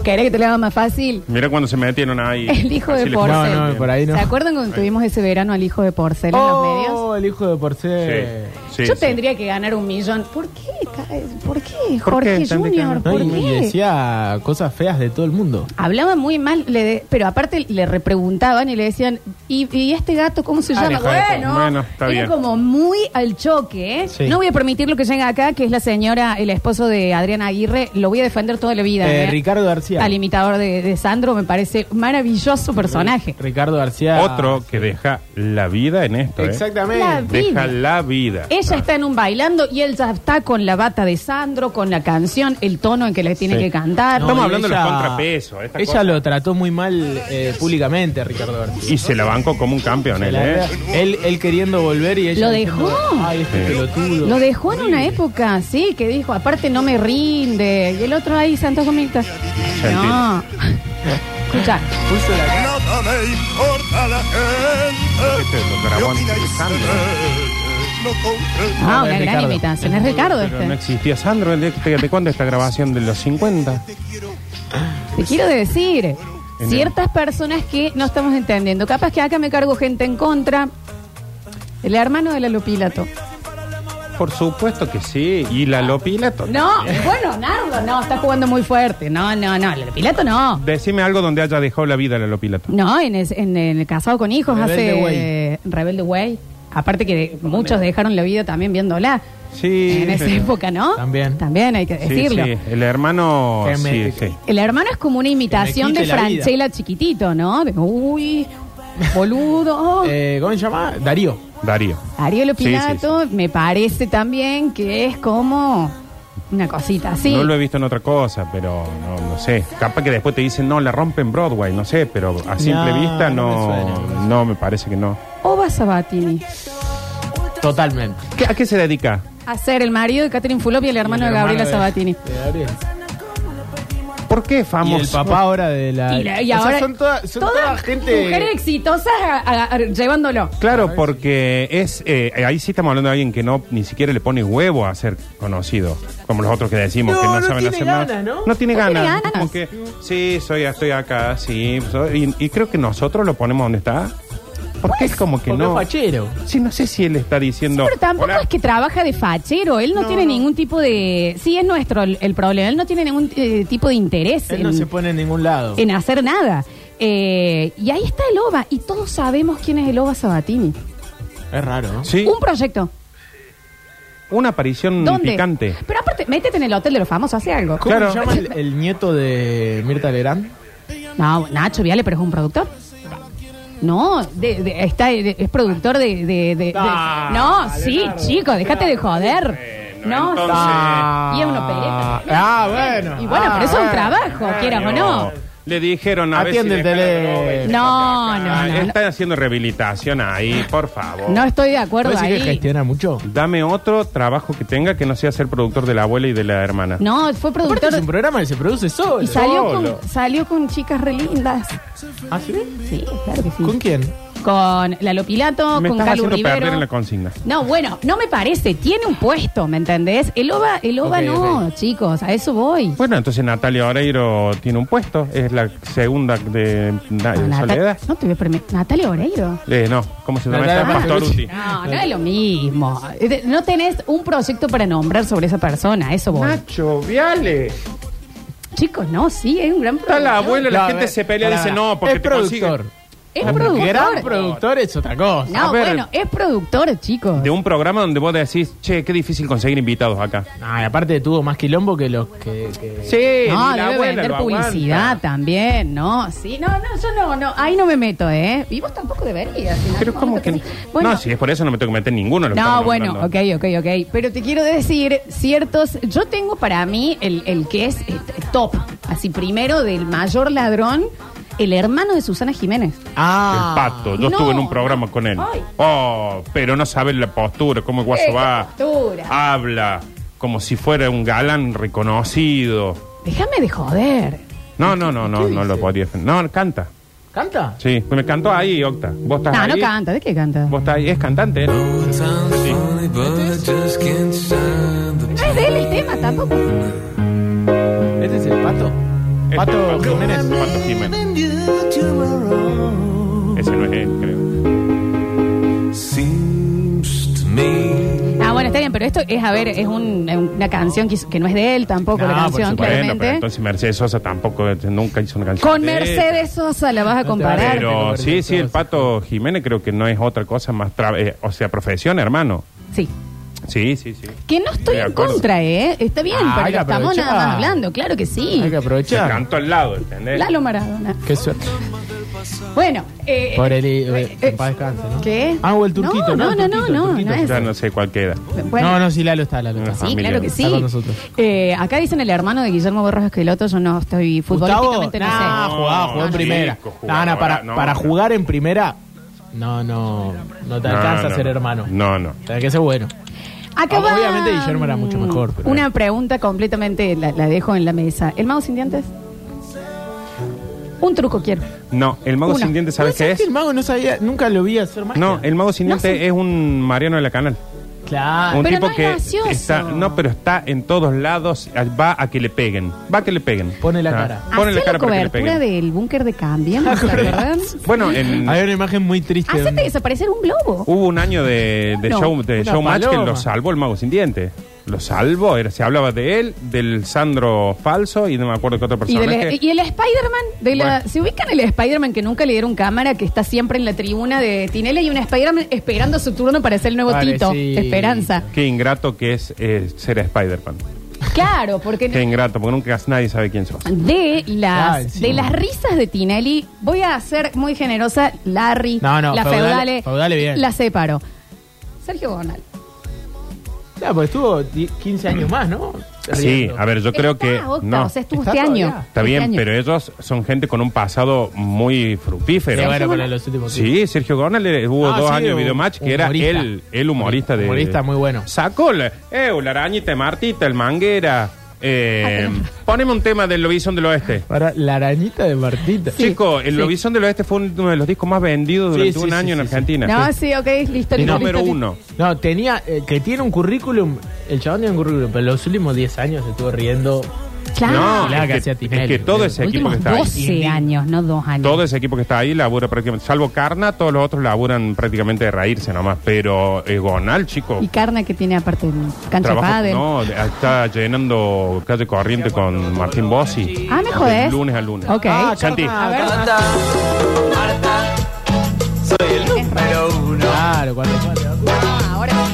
[SPEAKER 2] ¿Querés que te lo haga más fácil?
[SPEAKER 4] Mira cuando se metieron ahí.
[SPEAKER 2] El hijo de
[SPEAKER 4] Así le-
[SPEAKER 3] No,
[SPEAKER 2] Porcel.
[SPEAKER 3] no, por ahí no.
[SPEAKER 2] ¿Se acuerdan cuando tuvimos ese verano al hijo de Porcel en los medios?
[SPEAKER 3] Oh, el hijo de Porcel.
[SPEAKER 4] Sí, sí,
[SPEAKER 2] Yo
[SPEAKER 4] sí.
[SPEAKER 2] tendría que ganar un millón. ¿Por qué? Ca- ¿Por qué?
[SPEAKER 4] ¿Por
[SPEAKER 2] Jorge
[SPEAKER 4] qué tendría que
[SPEAKER 2] Junior,
[SPEAKER 4] ganar?
[SPEAKER 3] No,
[SPEAKER 2] ¿por
[SPEAKER 3] y, y
[SPEAKER 2] qué?
[SPEAKER 3] decía cosas feas de todo el mundo.
[SPEAKER 2] Hablaba muy mal, le de- pero aparte le repreguntaban y le decían, ¿y, y este gato cómo se
[SPEAKER 4] Ah,
[SPEAKER 2] llama?
[SPEAKER 4] hijo de
[SPEAKER 2] Bueno,
[SPEAKER 4] puta. Bueno, está
[SPEAKER 2] era
[SPEAKER 4] bien.
[SPEAKER 2] como muy al choque. ¿eh?
[SPEAKER 3] Sí.
[SPEAKER 2] No voy a permitir lo que llega acá, que es la señora, el esposo de Adriana Aguirre. Lo voy a defender toda la vida.
[SPEAKER 3] Eh,
[SPEAKER 2] ¿eh?
[SPEAKER 3] Ricardo García.
[SPEAKER 2] Al imitador de, de Sandro me parece maravilloso personaje.
[SPEAKER 3] Ricardo García.
[SPEAKER 4] Otro que deja la vida en esto. ¿eh?
[SPEAKER 2] La
[SPEAKER 3] Exactamente.
[SPEAKER 2] vida.
[SPEAKER 4] Deja la vida.
[SPEAKER 2] Ella está en un bailando y él ya está con la bata de Sandro, con la canción, el tono en que le tiene
[SPEAKER 4] Sí.
[SPEAKER 2] que cantar.
[SPEAKER 4] Estamos
[SPEAKER 3] y
[SPEAKER 4] hablando de los contrapesos, esta
[SPEAKER 3] Ella
[SPEAKER 4] cosa.
[SPEAKER 3] lo trató muy mal eh, públicamente, Ricardo García.
[SPEAKER 4] Y se la bancó como un campeón, él, ¿eh?
[SPEAKER 3] Él, él queriendo volver y ella.
[SPEAKER 2] Lo
[SPEAKER 3] diciendo,
[SPEAKER 2] dejó.
[SPEAKER 3] Ay, este
[SPEAKER 4] Sí.
[SPEAKER 3] pelotudo.
[SPEAKER 2] Lo dejó en una época, sí, que dijo, aparte no me rinde. Y el otro ahí, Santos Gomita. No. Escucha,
[SPEAKER 3] Puso la cara.
[SPEAKER 8] Nada me importa la gente.
[SPEAKER 4] Este es el doctor Aguante,
[SPEAKER 8] opina y
[SPEAKER 4] Sandro.
[SPEAKER 8] se ve, no comprendo.
[SPEAKER 2] ah, una
[SPEAKER 3] es
[SPEAKER 2] gran
[SPEAKER 3] Ricardo.
[SPEAKER 2] imitación. Es Ricardo
[SPEAKER 4] Pero
[SPEAKER 2] este.
[SPEAKER 4] no existía Sandro, ¿de, de, de cuándo esta grabación? ¿De los 50?
[SPEAKER 2] Te quiero decir,
[SPEAKER 4] el-
[SPEAKER 2] ciertas personas que no estamos entendiendo. Capaz que acá me cargo gente en contra. El hermano de la Lupilato.
[SPEAKER 4] Por supuesto que sí. ¿Y la Lopilato?
[SPEAKER 2] No, bueno, Nardo, no, está jugando muy fuerte. No, no, no, la Lupilato no.
[SPEAKER 4] Decime algo donde haya dejado la vida la Lopilato.
[SPEAKER 2] No, en, es- en el casado con hijos
[SPEAKER 3] Rebelde
[SPEAKER 2] hace
[SPEAKER 3] Way.
[SPEAKER 2] eh, Rebelde Way. Aparte que de- muchos dejaron la vida también viéndola.
[SPEAKER 4] Sí.
[SPEAKER 2] en esa
[SPEAKER 4] pero-
[SPEAKER 2] época, ¿no?
[SPEAKER 3] También.
[SPEAKER 2] También hay que
[SPEAKER 4] Sí,
[SPEAKER 2] decirlo.
[SPEAKER 4] sí, El hermano.
[SPEAKER 3] Que me-
[SPEAKER 4] Sí, sí.
[SPEAKER 2] El hermano es como una imitación
[SPEAKER 3] quite
[SPEAKER 2] de
[SPEAKER 3] la vida.
[SPEAKER 2] Franchella chiquitito, ¿no? De, uy, Boludo. Oh.
[SPEAKER 3] Eh, ¿Cómo se llama? Darío.
[SPEAKER 4] Darío.
[SPEAKER 2] Ariel
[SPEAKER 4] Sí, sí,
[SPEAKER 2] Opinato me parece también que es como una cosita así.
[SPEAKER 4] No lo he visto en otra cosa, pero no, no sé. Capaz que después te dicen, no, la rompen Broadway, no sé, pero a simple
[SPEAKER 3] No,
[SPEAKER 4] vista
[SPEAKER 3] no me
[SPEAKER 4] no,
[SPEAKER 3] suena, no me suena.
[SPEAKER 4] no me parece que no.
[SPEAKER 2] Oba Sabatini.
[SPEAKER 3] Totalmente.
[SPEAKER 4] ¿Qué- ¿A qué se dedica?
[SPEAKER 2] A ser el marido de Catherine Fulop y el hermano de Gabriela Sabatini.
[SPEAKER 3] de Gabriel.
[SPEAKER 4] ¿Por qué
[SPEAKER 3] Y
[SPEAKER 4] famoso?
[SPEAKER 3] el papá ahora de la.
[SPEAKER 2] Y, la- y
[SPEAKER 3] O sea,
[SPEAKER 2] ahora.
[SPEAKER 3] son todas son toda gente.
[SPEAKER 2] Mujeres exitosas a- a- a- llevándolo.
[SPEAKER 4] Claro, porque es eh, ahí sí estamos hablando de alguien que no ni siquiera le pone huevo a ser conocido, como los otros que decimos
[SPEAKER 3] No,
[SPEAKER 4] que no,
[SPEAKER 3] no
[SPEAKER 4] saben
[SPEAKER 3] tiene
[SPEAKER 4] hacer nada.
[SPEAKER 3] ganas, ¿no?
[SPEAKER 4] tiene
[SPEAKER 2] No tiene
[SPEAKER 4] ganas.
[SPEAKER 2] ganas.
[SPEAKER 4] Como que, sí, soy, estoy acá, sí. soy- y, y creo que nosotros lo ponemos donde está. Porque
[SPEAKER 2] Pues,
[SPEAKER 4] es como que
[SPEAKER 3] Porque
[SPEAKER 4] no.
[SPEAKER 3] es fachero.
[SPEAKER 4] Sí, no sé si él está diciendo.
[SPEAKER 2] Pero tampoco
[SPEAKER 4] "Hola".
[SPEAKER 2] es que trabaja de fachero. Él no,
[SPEAKER 4] No,
[SPEAKER 2] tiene
[SPEAKER 4] no.
[SPEAKER 2] ningún tipo de. Sí, es nuestro el, el problema. Él no tiene ningún eh, tipo de interés
[SPEAKER 3] Él
[SPEAKER 2] en,
[SPEAKER 3] no se pone en ningún lado.
[SPEAKER 2] en hacer nada. Eh, y ahí está el OVA. Y todos sabemos quién es el OVA Sabatini.
[SPEAKER 3] Es raro, ¿no?
[SPEAKER 4] Sí,
[SPEAKER 2] Un proyecto.
[SPEAKER 4] una aparición
[SPEAKER 2] ¿Dónde?
[SPEAKER 4] picante.
[SPEAKER 2] Pero aparte, métete en el hotel de los famosos, hace algo.
[SPEAKER 3] ¿Cómo
[SPEAKER 4] Claro.
[SPEAKER 3] se llama el, el nieto de Mirta Legrand?
[SPEAKER 2] No, Nacho Viale, pero es un productor. No, de- de- está, de- es productor de... de- de- de-
[SPEAKER 3] Ah,
[SPEAKER 2] no, sí, chico, déjate de joder.
[SPEAKER 4] Bueno,
[SPEAKER 2] No,
[SPEAKER 4] entonces-
[SPEAKER 2] sí. y es una pelea.
[SPEAKER 3] Ah, bueno.
[SPEAKER 2] Y bueno,
[SPEAKER 3] Ah,
[SPEAKER 2] pero eso es un
[SPEAKER 3] bueno.
[SPEAKER 2] trabajo, quieras o no.
[SPEAKER 4] Le dijeron a ver si
[SPEAKER 3] Atiende el
[SPEAKER 4] deja la
[SPEAKER 3] tele-
[SPEAKER 4] droga y se
[SPEAKER 2] No,
[SPEAKER 4] va para acá.
[SPEAKER 2] no, no, no.
[SPEAKER 4] Están haciendo rehabilitación ahí, por favor.
[SPEAKER 2] No estoy de acuerdo
[SPEAKER 3] ¿Puedes decir que
[SPEAKER 2] ahí.
[SPEAKER 3] gestiona mucho?
[SPEAKER 4] Dame otro trabajo que tenga que no sea ser productor de la abuela y de la hermana.
[SPEAKER 2] No, fue
[SPEAKER 3] Aparte es un
[SPEAKER 2] productor
[SPEAKER 3] programa que se produce solo.
[SPEAKER 2] y salió
[SPEAKER 4] solo.
[SPEAKER 2] con, salió con chicas re lindas.
[SPEAKER 3] ¿Ah, sí?
[SPEAKER 2] Sí, claro que sí.
[SPEAKER 3] ¿Con quién?
[SPEAKER 2] Con Lalo Pilato,
[SPEAKER 4] Me
[SPEAKER 2] con
[SPEAKER 4] estás
[SPEAKER 2] Calu
[SPEAKER 4] haciendo
[SPEAKER 2] Rivero.
[SPEAKER 4] perder en la consigna.
[SPEAKER 2] No, bueno, no me parece. Tiene un puesto, ¿me entendés? El OVA, el OVA
[SPEAKER 3] Ok,
[SPEAKER 2] no, chicos, a eso voy.
[SPEAKER 4] Bueno, entonces Natalia Oreiro tiene un puesto, es la segunda de, na-
[SPEAKER 2] No,
[SPEAKER 4] de
[SPEAKER 2] Nata-
[SPEAKER 4] Soledad.
[SPEAKER 2] no te voy a permitir. Natalia Oreiro.
[SPEAKER 4] Eh, no, ¿cómo se llama
[SPEAKER 3] Natalia
[SPEAKER 4] esta? Pastoruti.
[SPEAKER 3] Pastorutti.
[SPEAKER 2] No, no es lo mismo. Eh, de- No tenés un proyecto para nombrar sobre esa persona, a eso voy.
[SPEAKER 4] Nacho, Viale.
[SPEAKER 2] Chicos, no, sí, es un gran
[SPEAKER 4] Está la
[SPEAKER 2] productor.
[SPEAKER 4] abuela, la
[SPEAKER 3] No,
[SPEAKER 4] gente
[SPEAKER 3] eh,
[SPEAKER 4] se pelea,
[SPEAKER 3] pará,
[SPEAKER 4] dice no, porque
[SPEAKER 3] es
[SPEAKER 4] te
[SPEAKER 3] productor.
[SPEAKER 4] consiguen.
[SPEAKER 2] Es
[SPEAKER 3] Un
[SPEAKER 2] productor.
[SPEAKER 3] Gran productor es otra cosa.
[SPEAKER 2] No,
[SPEAKER 4] A ver.
[SPEAKER 2] bueno, es productor, chicos.
[SPEAKER 4] De un programa donde vos decís, che, qué difícil conseguir invitados acá.
[SPEAKER 3] Ah, y aparte tuvo más quilombo que los que. que-
[SPEAKER 4] Sí,
[SPEAKER 2] No, debe vender publicidad también, ¿no? Sí, no, no, yo no, no, ahí no me meto, ¿eh? Y vos tampoco deberías. en
[SPEAKER 4] Pero
[SPEAKER 2] algún
[SPEAKER 4] como
[SPEAKER 2] momento
[SPEAKER 4] que...
[SPEAKER 2] sí. Bueno,
[SPEAKER 4] no, si es por eso no me tengo que meter en ninguno. de los que
[SPEAKER 2] No,
[SPEAKER 4] estamos
[SPEAKER 2] bueno, ok,
[SPEAKER 4] nombrando.
[SPEAKER 2] ok, ok. Pero te quiero decir ciertos. Yo tengo para mí el, el que es eh, top, así primero del mayor ladrón, el hermano de Susana Jiménez.
[SPEAKER 3] Ah.
[SPEAKER 4] El pato,
[SPEAKER 2] No,
[SPEAKER 4] yo estuve en un programa con él.
[SPEAKER 2] Ay.
[SPEAKER 4] Oh, pero no sabe la postura, cómo el guaso
[SPEAKER 2] Esta
[SPEAKER 4] va.
[SPEAKER 2] postura.
[SPEAKER 4] Ah. Habla como si fuera un galán reconocido.
[SPEAKER 2] Déjame de joder.
[SPEAKER 4] No, no, no, no, no lo podía defender. No, canta.
[SPEAKER 3] ¿Canta?
[SPEAKER 4] Sí, me cantó ahí, Octa. Vos estás
[SPEAKER 2] No,
[SPEAKER 4] ahí.
[SPEAKER 2] no canta, ¿de qué canta?
[SPEAKER 4] Vos estás ahí, es cantante. él. Sí.
[SPEAKER 2] No es de él el tema tampoco.
[SPEAKER 3] ¿Este es el pato?
[SPEAKER 4] Es
[SPEAKER 3] Pato
[SPEAKER 4] Pato
[SPEAKER 3] Jiménez.
[SPEAKER 4] Pato Jiménez. Ese no es él, creo.
[SPEAKER 2] Ah, bueno, está bien, pero esto es, a ver, es un- es una canción que, hizo- que no es de él tampoco, la
[SPEAKER 3] No, por
[SPEAKER 2] canción,
[SPEAKER 3] supuesto.
[SPEAKER 4] Bueno, pero
[SPEAKER 2] claramente.
[SPEAKER 4] entonces Mercedes Sosa tampoco eh, nunca hizo una canción.
[SPEAKER 2] Con
[SPEAKER 4] de él.
[SPEAKER 2] Mercedes Sosa la vas a
[SPEAKER 3] te
[SPEAKER 2] comparar.
[SPEAKER 4] Pero
[SPEAKER 3] Mercedes
[SPEAKER 4] sí, sí, el
[SPEAKER 3] Sosa.
[SPEAKER 4] Pato Jiménez creo que no es otra cosa más, tra- eh, o sea, profesión, hermano.
[SPEAKER 2] Sí.
[SPEAKER 4] Sí, sí, sí.
[SPEAKER 2] Que no estoy
[SPEAKER 4] De
[SPEAKER 2] en
[SPEAKER 4] acuerdo.
[SPEAKER 2] contra, ¿eh? Está bien,
[SPEAKER 3] Ah, hay
[SPEAKER 2] pero
[SPEAKER 3] que
[SPEAKER 2] estamos nada
[SPEAKER 3] aprovechar.
[SPEAKER 2] más hablando, claro que sí.
[SPEAKER 3] Hay que
[SPEAKER 4] Se
[SPEAKER 3] aprovechar.
[SPEAKER 4] cantó al lado, ¿entendés?
[SPEAKER 2] Lalo Maradona.
[SPEAKER 3] Qué suerte.
[SPEAKER 2] Bueno, eh,
[SPEAKER 3] Por el.
[SPEAKER 2] eh,
[SPEAKER 3] eh,
[SPEAKER 2] eh,
[SPEAKER 3] en paz descanse, ¿no?
[SPEAKER 2] ¿Qué?
[SPEAKER 3] Ah, o el turquito,
[SPEAKER 2] No,
[SPEAKER 3] ¿no?
[SPEAKER 2] no,
[SPEAKER 3] El
[SPEAKER 2] no,
[SPEAKER 3] turquito, el
[SPEAKER 2] no, no,
[SPEAKER 3] turquito.
[SPEAKER 2] es.
[SPEAKER 4] Ya no sé cuál queda.
[SPEAKER 2] Bueno,
[SPEAKER 3] No, no, sí, Lalo está, Lalo está.
[SPEAKER 2] sí,
[SPEAKER 4] familia.
[SPEAKER 2] claro que sí.
[SPEAKER 3] Está con nosotros.
[SPEAKER 2] Eh, acá dicen el hermano de Guillermo Borras Esqueloto, yo no estoy futbolísticamente, no
[SPEAKER 3] nah,
[SPEAKER 2] sé.
[SPEAKER 3] jugaba, jugó
[SPEAKER 4] No,
[SPEAKER 3] en
[SPEAKER 4] no,
[SPEAKER 3] primera.
[SPEAKER 4] chico, jugaba,
[SPEAKER 3] No, no, para,
[SPEAKER 4] no,
[SPEAKER 3] para
[SPEAKER 4] no.
[SPEAKER 3] jugar en primera, no, no, no te
[SPEAKER 4] No,
[SPEAKER 3] alcanza
[SPEAKER 4] no.
[SPEAKER 3] a ser hermano.
[SPEAKER 4] No, no.
[SPEAKER 3] Tenés que ser bueno.
[SPEAKER 2] Acá va,
[SPEAKER 3] Ah, Obviamente Guillermo era mucho mejor, pero-
[SPEAKER 2] Una pregunta completamente, la, la dejo en la mesa. ¿El mago sin dientes? Un truco quiero.
[SPEAKER 4] No, el mago
[SPEAKER 2] Una.
[SPEAKER 4] sin dientes, ¿sabes qué
[SPEAKER 3] ¿Sabés
[SPEAKER 4] es?
[SPEAKER 3] que El mago no sabía, nunca lo vi hacer magia.
[SPEAKER 4] No, el mago sin
[SPEAKER 2] No
[SPEAKER 4] dientes
[SPEAKER 2] sé. Ah,
[SPEAKER 4] es un Mariano de la Canal.
[SPEAKER 3] Claro.
[SPEAKER 4] un
[SPEAKER 2] Pero
[SPEAKER 4] tipo
[SPEAKER 2] no es
[SPEAKER 4] que
[SPEAKER 2] gracioso.
[SPEAKER 4] está, no, pero está en todos lados, va a que le peguen, va a que le peguen.
[SPEAKER 3] Pone la
[SPEAKER 4] Ah,
[SPEAKER 3] cara.
[SPEAKER 4] Pone la
[SPEAKER 2] Hacé
[SPEAKER 4] cara
[SPEAKER 2] la
[SPEAKER 4] para que le
[SPEAKER 2] cobertura
[SPEAKER 4] peguen.
[SPEAKER 2] del búnker de Cambia, ¿no se acuerdan?
[SPEAKER 4] Bueno, en-
[SPEAKER 3] Hay una imagen muy triste.
[SPEAKER 2] Hacete desaparecer un globo.
[SPEAKER 4] hubo un año de, de
[SPEAKER 2] No,
[SPEAKER 4] show de
[SPEAKER 3] una
[SPEAKER 4] showmatch que
[SPEAKER 3] paloma.
[SPEAKER 4] lo salvó el mago sin dientes. Lo salvó, era- se hablaba de él, del Sandro falso y no me acuerdo qué otra
[SPEAKER 2] Y,
[SPEAKER 4] persona.
[SPEAKER 2] del- e- y el Spider-Man, de la-
[SPEAKER 4] Bueno.
[SPEAKER 2] ¿se ubican el Spider-Man que nunca le dieron cámara, que está siempre en la tribuna de Tinelli y un Spider-Man esperando su turno para ser el nuevo
[SPEAKER 3] Vale,
[SPEAKER 2] Tito?
[SPEAKER 3] sí.
[SPEAKER 2] Esperanza.
[SPEAKER 4] Qué ingrato que es eh, ser Spider-Man.
[SPEAKER 2] Claro, porque
[SPEAKER 4] Qué ingrato, porque nunca nadie sabe quién sos.
[SPEAKER 2] de las,
[SPEAKER 3] Ah, sí.
[SPEAKER 2] de las risas de Tinelli, voy a ser muy generosa, Larry,
[SPEAKER 3] No, no,
[SPEAKER 2] la
[SPEAKER 3] feudal-
[SPEAKER 2] feudale,
[SPEAKER 3] feudale bien.
[SPEAKER 2] la separo. Sergio Bonal.
[SPEAKER 3] Claro, pues estuvo di- 15 años más, ¿no?
[SPEAKER 4] Sí, a ver, yo creo
[SPEAKER 2] Está,
[SPEAKER 4] que.
[SPEAKER 2] Octa,
[SPEAKER 4] No.
[SPEAKER 2] o sea, estuvo
[SPEAKER 3] Está
[SPEAKER 2] este
[SPEAKER 3] todavía.
[SPEAKER 2] año.
[SPEAKER 4] Está
[SPEAKER 2] este
[SPEAKER 4] bien,
[SPEAKER 2] año.
[SPEAKER 4] pero ellos son gente con un pasado muy fructífero.
[SPEAKER 3] Pero bueno, para los últimos
[SPEAKER 4] Sí, Sergio Gornal eh, hubo
[SPEAKER 3] Ah,
[SPEAKER 4] dos
[SPEAKER 3] sí,
[SPEAKER 4] años de
[SPEAKER 3] un-
[SPEAKER 4] videomatch que era
[SPEAKER 3] humorista.
[SPEAKER 4] el, el humorista de.
[SPEAKER 3] Humorista muy bueno.
[SPEAKER 4] Sacó la, eh, la arañita de Martita, el manguera. eh, poneme un tema del Lobizón del Oeste.
[SPEAKER 3] Para la arañita de Martita.
[SPEAKER 4] Chico, el Lobizón del Oeste fue uno de los discos más vendidos
[SPEAKER 3] Sí,
[SPEAKER 4] durante
[SPEAKER 3] sí,
[SPEAKER 4] un
[SPEAKER 3] sí,
[SPEAKER 4] año
[SPEAKER 3] sí,
[SPEAKER 4] en
[SPEAKER 3] sí.
[SPEAKER 4] Argentina.
[SPEAKER 2] No, sí, ok, listo, listo.
[SPEAKER 4] El
[SPEAKER 2] listo,
[SPEAKER 4] número
[SPEAKER 2] listo.
[SPEAKER 4] uno.
[SPEAKER 3] No, tenía, eh, que tiene un currículum, el chabón tiene un currículum, pero los últimos 10 años se estuvo riendo.
[SPEAKER 2] Claro.
[SPEAKER 4] No,
[SPEAKER 3] La que
[SPEAKER 4] es que,
[SPEAKER 3] hacía Tinelli,
[SPEAKER 4] es que todo
[SPEAKER 3] boludo.
[SPEAKER 4] ese equipo que
[SPEAKER 2] Últimos
[SPEAKER 4] está ahí.
[SPEAKER 2] 12 años, no dos años.
[SPEAKER 4] Todo ese equipo que está ahí labura prácticamente, salvo Carna, todos los otros laburan prácticamente de reírse nomás, pero eh, Gonal, chico,
[SPEAKER 2] Y carne que tiene aparte cancha de
[SPEAKER 4] trabaja-
[SPEAKER 2] pádel.
[SPEAKER 4] no, está llenando calle corriente con Martín Bossi.
[SPEAKER 2] Ah, me jodés.
[SPEAKER 4] De lunes a lunes.
[SPEAKER 2] Ok.
[SPEAKER 3] Ah,
[SPEAKER 4] Santi.
[SPEAKER 3] Carna,
[SPEAKER 2] A ver.
[SPEAKER 3] Carna. Claro, cuando,
[SPEAKER 2] Ah, ahora sí.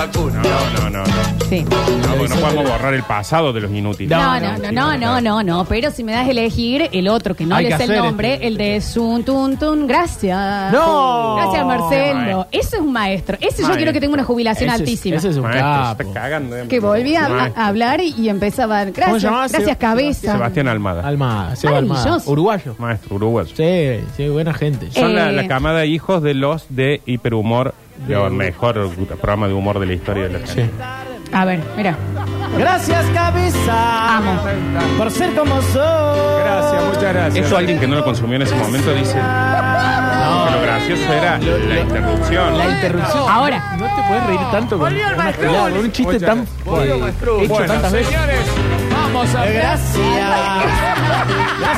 [SPEAKER 4] No, no, no, no. No,
[SPEAKER 2] Sí.
[SPEAKER 4] porque no podemos borrar el pasado de los inútiles.
[SPEAKER 2] No, no, no, no, no, no, no, pero si me das a elegir el otro, que no
[SPEAKER 3] Hay
[SPEAKER 2] le
[SPEAKER 3] que
[SPEAKER 2] sé el
[SPEAKER 3] hacer
[SPEAKER 2] nombre,
[SPEAKER 3] este.
[SPEAKER 2] el de Sun Tun Tun, gracias.
[SPEAKER 3] ¡No!
[SPEAKER 2] Gracias, Marcelo.
[SPEAKER 4] Maestro.
[SPEAKER 2] Ese es un maestro. Ese yo
[SPEAKER 4] Maestro.
[SPEAKER 2] quiero que tenga una jubilación
[SPEAKER 3] Ese es-
[SPEAKER 2] altísima.
[SPEAKER 3] ese es un
[SPEAKER 4] Maestro, se
[SPEAKER 3] capo.
[SPEAKER 4] está cagando. eh.
[SPEAKER 2] Que volví a, a- a hablar y, y empezaban. Gracias,
[SPEAKER 3] llamaba?
[SPEAKER 2] gracias,
[SPEAKER 3] Seb-
[SPEAKER 2] cabeza.
[SPEAKER 4] Sebastián Almada,
[SPEAKER 3] Alma, Seba Almada,
[SPEAKER 2] Maravilloso.
[SPEAKER 3] uruguayo.
[SPEAKER 4] maestro uruguayo.
[SPEAKER 3] Sí, sí, buena gente.
[SPEAKER 2] Eh,
[SPEAKER 4] Son la, la camada de hijos de los de hiperhumor, el mejor programa de humor de la historia de la
[SPEAKER 3] Sí.
[SPEAKER 4] gente.
[SPEAKER 2] A ver, mira.
[SPEAKER 7] Gracias, cabeza.
[SPEAKER 2] Amo.
[SPEAKER 7] Por ser como soy.
[SPEAKER 4] Gracias, muchas gracias. Eso alguien que no lo consumió en ese momento dice. que lo gracioso era la interrupción.
[SPEAKER 3] La interrupción.
[SPEAKER 2] Ahora.
[SPEAKER 3] No te puedes reír tanto con, con una pelada, con un chiste tan eh, hecho
[SPEAKER 4] Bueno,
[SPEAKER 3] tantas veces. Vamos a Gracias.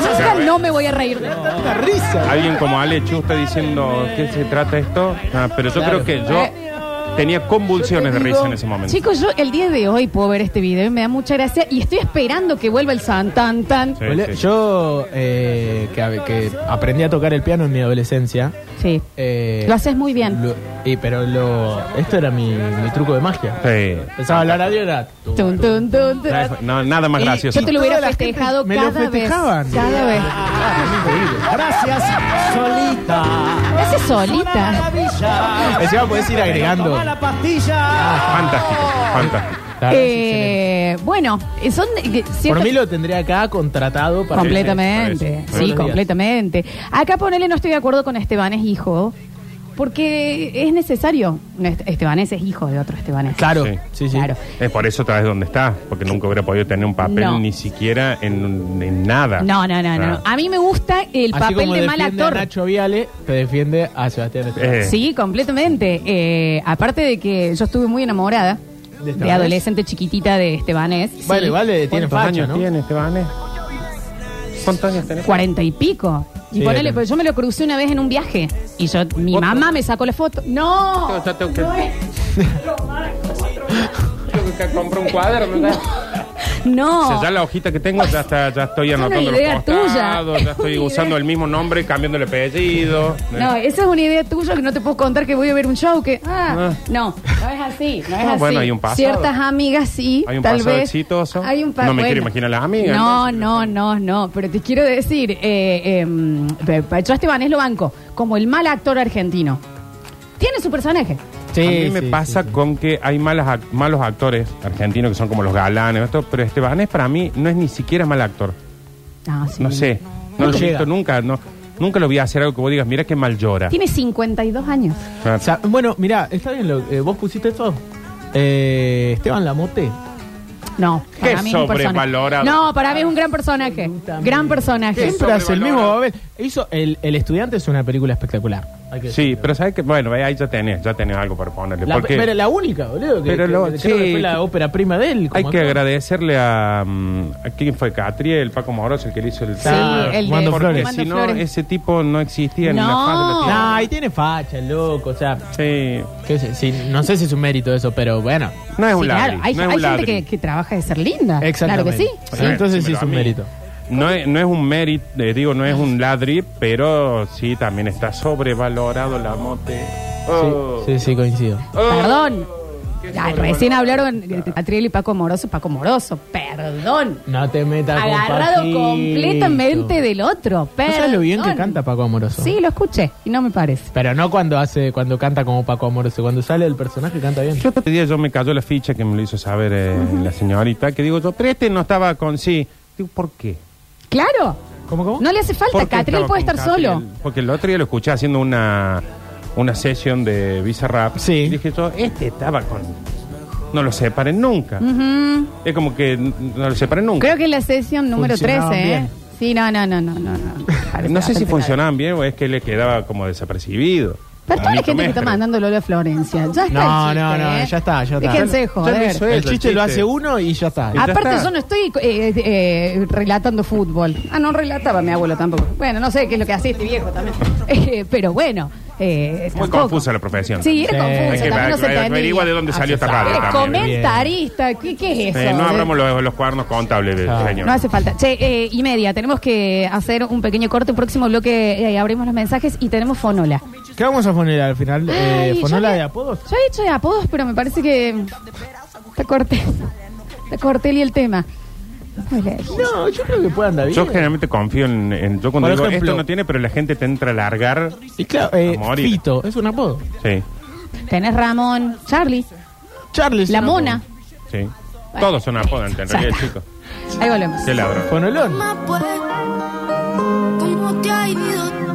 [SPEAKER 2] Nunca no me voy a reír. No,
[SPEAKER 3] La risa.
[SPEAKER 4] Alguien como Ale Chu está diciendo qué se trata esto. Ah, pero yo creo que yo tenía convulsiones de risa en ese momento.
[SPEAKER 2] Chicos, yo el día de hoy puedo ver este video y me da mucha gracia y estoy esperando que vuelva el San Tan Tan.
[SPEAKER 4] Sí,
[SPEAKER 3] Boludo,
[SPEAKER 4] sí.
[SPEAKER 3] Yo eh, que, que aprendí a tocar el piano en mi adolescencia.
[SPEAKER 2] Sí.
[SPEAKER 3] eh,
[SPEAKER 2] Lo haces muy bien.
[SPEAKER 3] lo- y, pero lo, esto era mi, mi truco de magia.
[SPEAKER 4] Sí.
[SPEAKER 3] Empezaba a hablar a era. tu-
[SPEAKER 2] Tun, tun, tun, tun.
[SPEAKER 4] No, nada más
[SPEAKER 3] Y-
[SPEAKER 4] gracioso.
[SPEAKER 2] Yo te lo
[SPEAKER 3] Toda
[SPEAKER 2] hubiera
[SPEAKER 3] la gente
[SPEAKER 2] festejado
[SPEAKER 3] me lo
[SPEAKER 2] cada vez.
[SPEAKER 3] festejaban.
[SPEAKER 2] Cada vez.
[SPEAKER 7] Gracias, solita.
[SPEAKER 2] Haces solita.
[SPEAKER 7] Maravilla.
[SPEAKER 3] Encima podés ir agregando. Ah,
[SPEAKER 7] Toma la pastilla.
[SPEAKER 4] Fantástico, fantástico.
[SPEAKER 3] Claro,
[SPEAKER 2] Eh, bueno, eh, son eh,
[SPEAKER 3] sí, Por
[SPEAKER 2] ciertas-
[SPEAKER 3] mí lo tendría acá contratado para.
[SPEAKER 2] completamente. Sí,
[SPEAKER 4] Sí, sí, por eso.
[SPEAKER 2] sí, completamente. Acá ponele no estoy de acuerdo con Estebanes hijo, porque es necesario. No, Est- Estebanés es hijo de otro Estebanés.
[SPEAKER 3] Claro,
[SPEAKER 4] Sí.
[SPEAKER 3] sí, sí.
[SPEAKER 2] Claro.
[SPEAKER 4] Es por eso otra vez donde está, porque nunca hubiera podido tener un papel
[SPEAKER 2] No.
[SPEAKER 4] ni siquiera en, en nada.
[SPEAKER 2] No, no, no, no.
[SPEAKER 4] Ah.
[SPEAKER 2] A mí me gusta el
[SPEAKER 3] Así
[SPEAKER 2] papel
[SPEAKER 3] como
[SPEAKER 2] de mal
[SPEAKER 3] defiende
[SPEAKER 2] actor.
[SPEAKER 3] A Nacho Viale te defiende a Sebastián Esteban.
[SPEAKER 4] Eh,
[SPEAKER 2] Sí, completamente. Eh, aparte de que yo estuve muy enamorada
[SPEAKER 3] ¿De
[SPEAKER 2] de,
[SPEAKER 3] Estebanés?
[SPEAKER 2] adolescente chiquitita de Estebanés. Sí,
[SPEAKER 3] Vale, vale, tiene
[SPEAKER 4] ¿Cuántos
[SPEAKER 3] facha,
[SPEAKER 4] años
[SPEAKER 3] ¿no?
[SPEAKER 4] tiene Estebanes? ¿Cuántos años tenés?
[SPEAKER 2] Cuarenta y pico. Y
[SPEAKER 3] Sí,
[SPEAKER 2] ponele,
[SPEAKER 3] era.
[SPEAKER 2] pues yo me lo crucé una vez en un viaje. Y yo, mi
[SPEAKER 4] ¿Otro?
[SPEAKER 2] mamá me sacó la foto. ¡No!
[SPEAKER 4] Yo ya tengo que-
[SPEAKER 2] No es-
[SPEAKER 4] Compró un cuadro,
[SPEAKER 2] No.
[SPEAKER 4] O sea, ya la hojita que tengo ya, está, ya estoy
[SPEAKER 2] Es una
[SPEAKER 4] anotando los
[SPEAKER 2] idea
[SPEAKER 4] costados,
[SPEAKER 2] tuya.
[SPEAKER 4] ya estoy
[SPEAKER 2] Es una
[SPEAKER 4] usando
[SPEAKER 2] idea.
[SPEAKER 4] el mismo nombre, cambiando el apellido.
[SPEAKER 2] No, esa es una idea tuya que no te puedo contar que voy a ver un show que. Ah,
[SPEAKER 4] Ah.
[SPEAKER 2] no, no es así, no es
[SPEAKER 4] Ah,
[SPEAKER 2] así.
[SPEAKER 4] bueno, hay un pasado.
[SPEAKER 2] Ciertas amigas sí,
[SPEAKER 4] Hay un
[SPEAKER 2] tal
[SPEAKER 4] pasado
[SPEAKER 2] vez.
[SPEAKER 4] exitoso.
[SPEAKER 2] Hay un pa-
[SPEAKER 4] No me quiero imaginar las amigas,
[SPEAKER 2] No, no,
[SPEAKER 4] entonces.
[SPEAKER 2] no, no, pero te quiero decir, eh, eh, pe- pe- yo a Esteban es lo banco, como el mal actor argentino. Tiene su personaje.
[SPEAKER 3] Sí,
[SPEAKER 4] a mí me
[SPEAKER 3] sí,
[SPEAKER 4] pasa
[SPEAKER 3] sí, sí.
[SPEAKER 4] con que hay malas ac- malos actores argentinos que son como los galanes, esto, pero Estebanés para mí no es ni siquiera mal actor.
[SPEAKER 2] Ah, sí.
[SPEAKER 4] No sé, no lo he
[SPEAKER 3] Llega.
[SPEAKER 4] visto nunca, no, nunca lo vi hacer algo que vos digas, mira qué mal llora.
[SPEAKER 2] Tiene 52 años.
[SPEAKER 4] Ah,
[SPEAKER 3] Sa- bueno, mira, está bien, lo, eh, vos pusiste esto. Eh, Esteban Lamote.
[SPEAKER 2] No, para
[SPEAKER 4] Qué
[SPEAKER 2] mí es un personaje.
[SPEAKER 4] sobrevalorado.
[SPEAKER 2] No, para mí es un gran personaje. Gran personaje.
[SPEAKER 3] Siempre hace el mismo
[SPEAKER 4] sobrevalorado.
[SPEAKER 3] papel. Hizo el, el Estudiante es una película espectacular. Hay que
[SPEAKER 4] sí,
[SPEAKER 3] decirlo.
[SPEAKER 4] pero sabes que, bueno, ahí ya tenés, ya tenés algo para ponerle.
[SPEAKER 3] La,
[SPEAKER 4] porque-
[SPEAKER 3] pero la única, boludo. Que,
[SPEAKER 4] Pero
[SPEAKER 3] que-
[SPEAKER 4] lo-
[SPEAKER 3] creo
[SPEAKER 4] sí.
[SPEAKER 3] que fue la ópera prima de él.
[SPEAKER 4] Hay
[SPEAKER 3] como
[SPEAKER 4] que
[SPEAKER 3] actor.
[SPEAKER 4] agradecerle a, mm, a quién fue Catriel, Paco Moros, el que le hizo el
[SPEAKER 2] Sí, el de
[SPEAKER 4] Porque
[SPEAKER 3] Fumando
[SPEAKER 4] si no
[SPEAKER 2] Flores.
[SPEAKER 4] ese tipo no existía en
[SPEAKER 2] No.
[SPEAKER 4] la faz de la tierra.
[SPEAKER 3] Nah, y tiene facha, el loco. O sea,
[SPEAKER 4] Sí.
[SPEAKER 3] qué sé, sí, no sé si es un mérito eso, pero bueno.
[SPEAKER 4] No es un
[SPEAKER 2] Sí,
[SPEAKER 4] ladri,
[SPEAKER 2] claro, hay,
[SPEAKER 4] no es
[SPEAKER 2] hay gente
[SPEAKER 4] un ladri.
[SPEAKER 2] que, que trabaja de ser linda. Claro que sí.
[SPEAKER 3] Sí, entonces sí
[SPEAKER 4] pero
[SPEAKER 3] es
[SPEAKER 4] a
[SPEAKER 3] un
[SPEAKER 4] mí-
[SPEAKER 3] mérito.
[SPEAKER 4] No es, no es un mérito, eh, digo, no es un ladri, pero sí también está sobrevalorado la mote.
[SPEAKER 3] Sí, sí, sí, coincido.
[SPEAKER 2] Perdón.
[SPEAKER 4] Qué
[SPEAKER 2] Ya, recién hablaron de Catriel y Paco Moroso. Paco Moroso, perdón.
[SPEAKER 3] No te metas con
[SPEAKER 2] Agarrado
[SPEAKER 3] Paquito.
[SPEAKER 2] completamente del otro,
[SPEAKER 3] ¿No
[SPEAKER 2] perdón.
[SPEAKER 3] sabes lo bien que canta Paco Amoroso?
[SPEAKER 2] Sí, lo escuché y no me parece.
[SPEAKER 3] Pero no cuando hace, cuando canta como Paco Amoroso, cuando sale el personaje canta bien.
[SPEAKER 4] Yo el otro día yo me cayó la ficha que me lo hizo saber eh, la señorita, que digo yo, pero este no estaba con sí. Digo, ¿por qué?
[SPEAKER 2] Claro.
[SPEAKER 3] ¿Cómo, cómo?
[SPEAKER 2] No le hace falta.
[SPEAKER 4] ¿Por qué
[SPEAKER 2] Catriel
[SPEAKER 4] estaba
[SPEAKER 2] puede
[SPEAKER 4] con
[SPEAKER 2] estar
[SPEAKER 4] Catriel?
[SPEAKER 2] solo.
[SPEAKER 4] Porque el otro día lo escuché haciendo una, una sesión de Bizarrap.
[SPEAKER 3] Sí.
[SPEAKER 4] Y dije yo, este estaba con... No lo separen nunca.
[SPEAKER 2] Ujú.
[SPEAKER 4] Es como que n- no lo separen nunca.
[SPEAKER 2] Creo que es la sesión número 13,
[SPEAKER 3] Funcionaban
[SPEAKER 2] ¿eh?
[SPEAKER 3] bien.
[SPEAKER 2] Sí, no, no, no, no, no. No, Parece
[SPEAKER 4] no sé si
[SPEAKER 2] bastante
[SPEAKER 4] funcionaban bien o es que le quedaba como desapercibido.
[SPEAKER 2] mal. Pero toda la
[SPEAKER 4] Nico
[SPEAKER 2] gente que está
[SPEAKER 4] Mestre. Eh,
[SPEAKER 2] mandándolo a Florencia. Ya está.
[SPEAKER 3] No,
[SPEAKER 2] el chiste,
[SPEAKER 3] no, no,
[SPEAKER 2] ¿eh?
[SPEAKER 3] ya está, ya está.
[SPEAKER 2] Déjense de
[SPEAKER 4] Ya- ya lo
[SPEAKER 2] joder.
[SPEAKER 4] hizo él.
[SPEAKER 3] El chiste lo
[SPEAKER 4] chiste.
[SPEAKER 3] hace uno y ya está.
[SPEAKER 4] Ah,
[SPEAKER 2] Aparte,
[SPEAKER 4] está.
[SPEAKER 2] yo no estoy eh, eh, relatando fútbol. Ah, no relataba mi abuelo tampoco. Bueno, no sé qué es lo que hacía este viejo también. Eh, pero bueno. Eh,
[SPEAKER 4] Muy
[SPEAKER 2] tampoco.
[SPEAKER 4] confusa la profesión.
[SPEAKER 2] Sí, era
[SPEAKER 3] Sí.
[SPEAKER 2] confusa.
[SPEAKER 3] Hay que
[SPEAKER 2] también no se entendía.
[SPEAKER 4] averigua de dónde salió esta
[SPEAKER 3] se
[SPEAKER 4] radio
[SPEAKER 3] sabe.
[SPEAKER 2] Eh,
[SPEAKER 4] también.
[SPEAKER 2] Comentarista, ¿qué, qué es eso?
[SPEAKER 4] Eh, no
[SPEAKER 2] Eh,
[SPEAKER 4] abramos los, los cuadernos contables, del
[SPEAKER 3] Ah.
[SPEAKER 4] señor.
[SPEAKER 2] No hace falta. Che, eh, y media, tenemos que hacer un pequeño corte. Próximo bloque eh, abrimos los mensajes y tenemos Fonola.
[SPEAKER 3] ¿Qué vamos a poner al final? Eh,
[SPEAKER 2] Ay, yo
[SPEAKER 3] ¿Fonola
[SPEAKER 2] había-
[SPEAKER 3] de apodos?
[SPEAKER 2] Yo he hecho de apodos, pero me parece que. Te corté. Te corté y el tema. No puedo leer.
[SPEAKER 3] No, yo creo que puede andar bien.
[SPEAKER 4] Yo generalmente confío en, en- yo cuando
[SPEAKER 3] Por
[SPEAKER 4] digo
[SPEAKER 3] ejemplo-
[SPEAKER 4] esto no tiene, pero la gente te entra a largar.
[SPEAKER 3] Y claro, eh,
[SPEAKER 4] A morir.
[SPEAKER 3] Fito, es un apodo.
[SPEAKER 4] Sí,
[SPEAKER 2] Tenés Ramón, Charlie,
[SPEAKER 3] Charles.
[SPEAKER 2] La
[SPEAKER 3] es un apodo.
[SPEAKER 2] Mona.
[SPEAKER 4] sí. Todos son apodantes en
[SPEAKER 2] Ya
[SPEAKER 4] realidad,
[SPEAKER 2] está.
[SPEAKER 4] chicos.
[SPEAKER 2] Ahí volvemos.
[SPEAKER 4] Qué ladrón.
[SPEAKER 3] Fonolon.
[SPEAKER 6] Mamá, pues, ¿cómo te ha ido?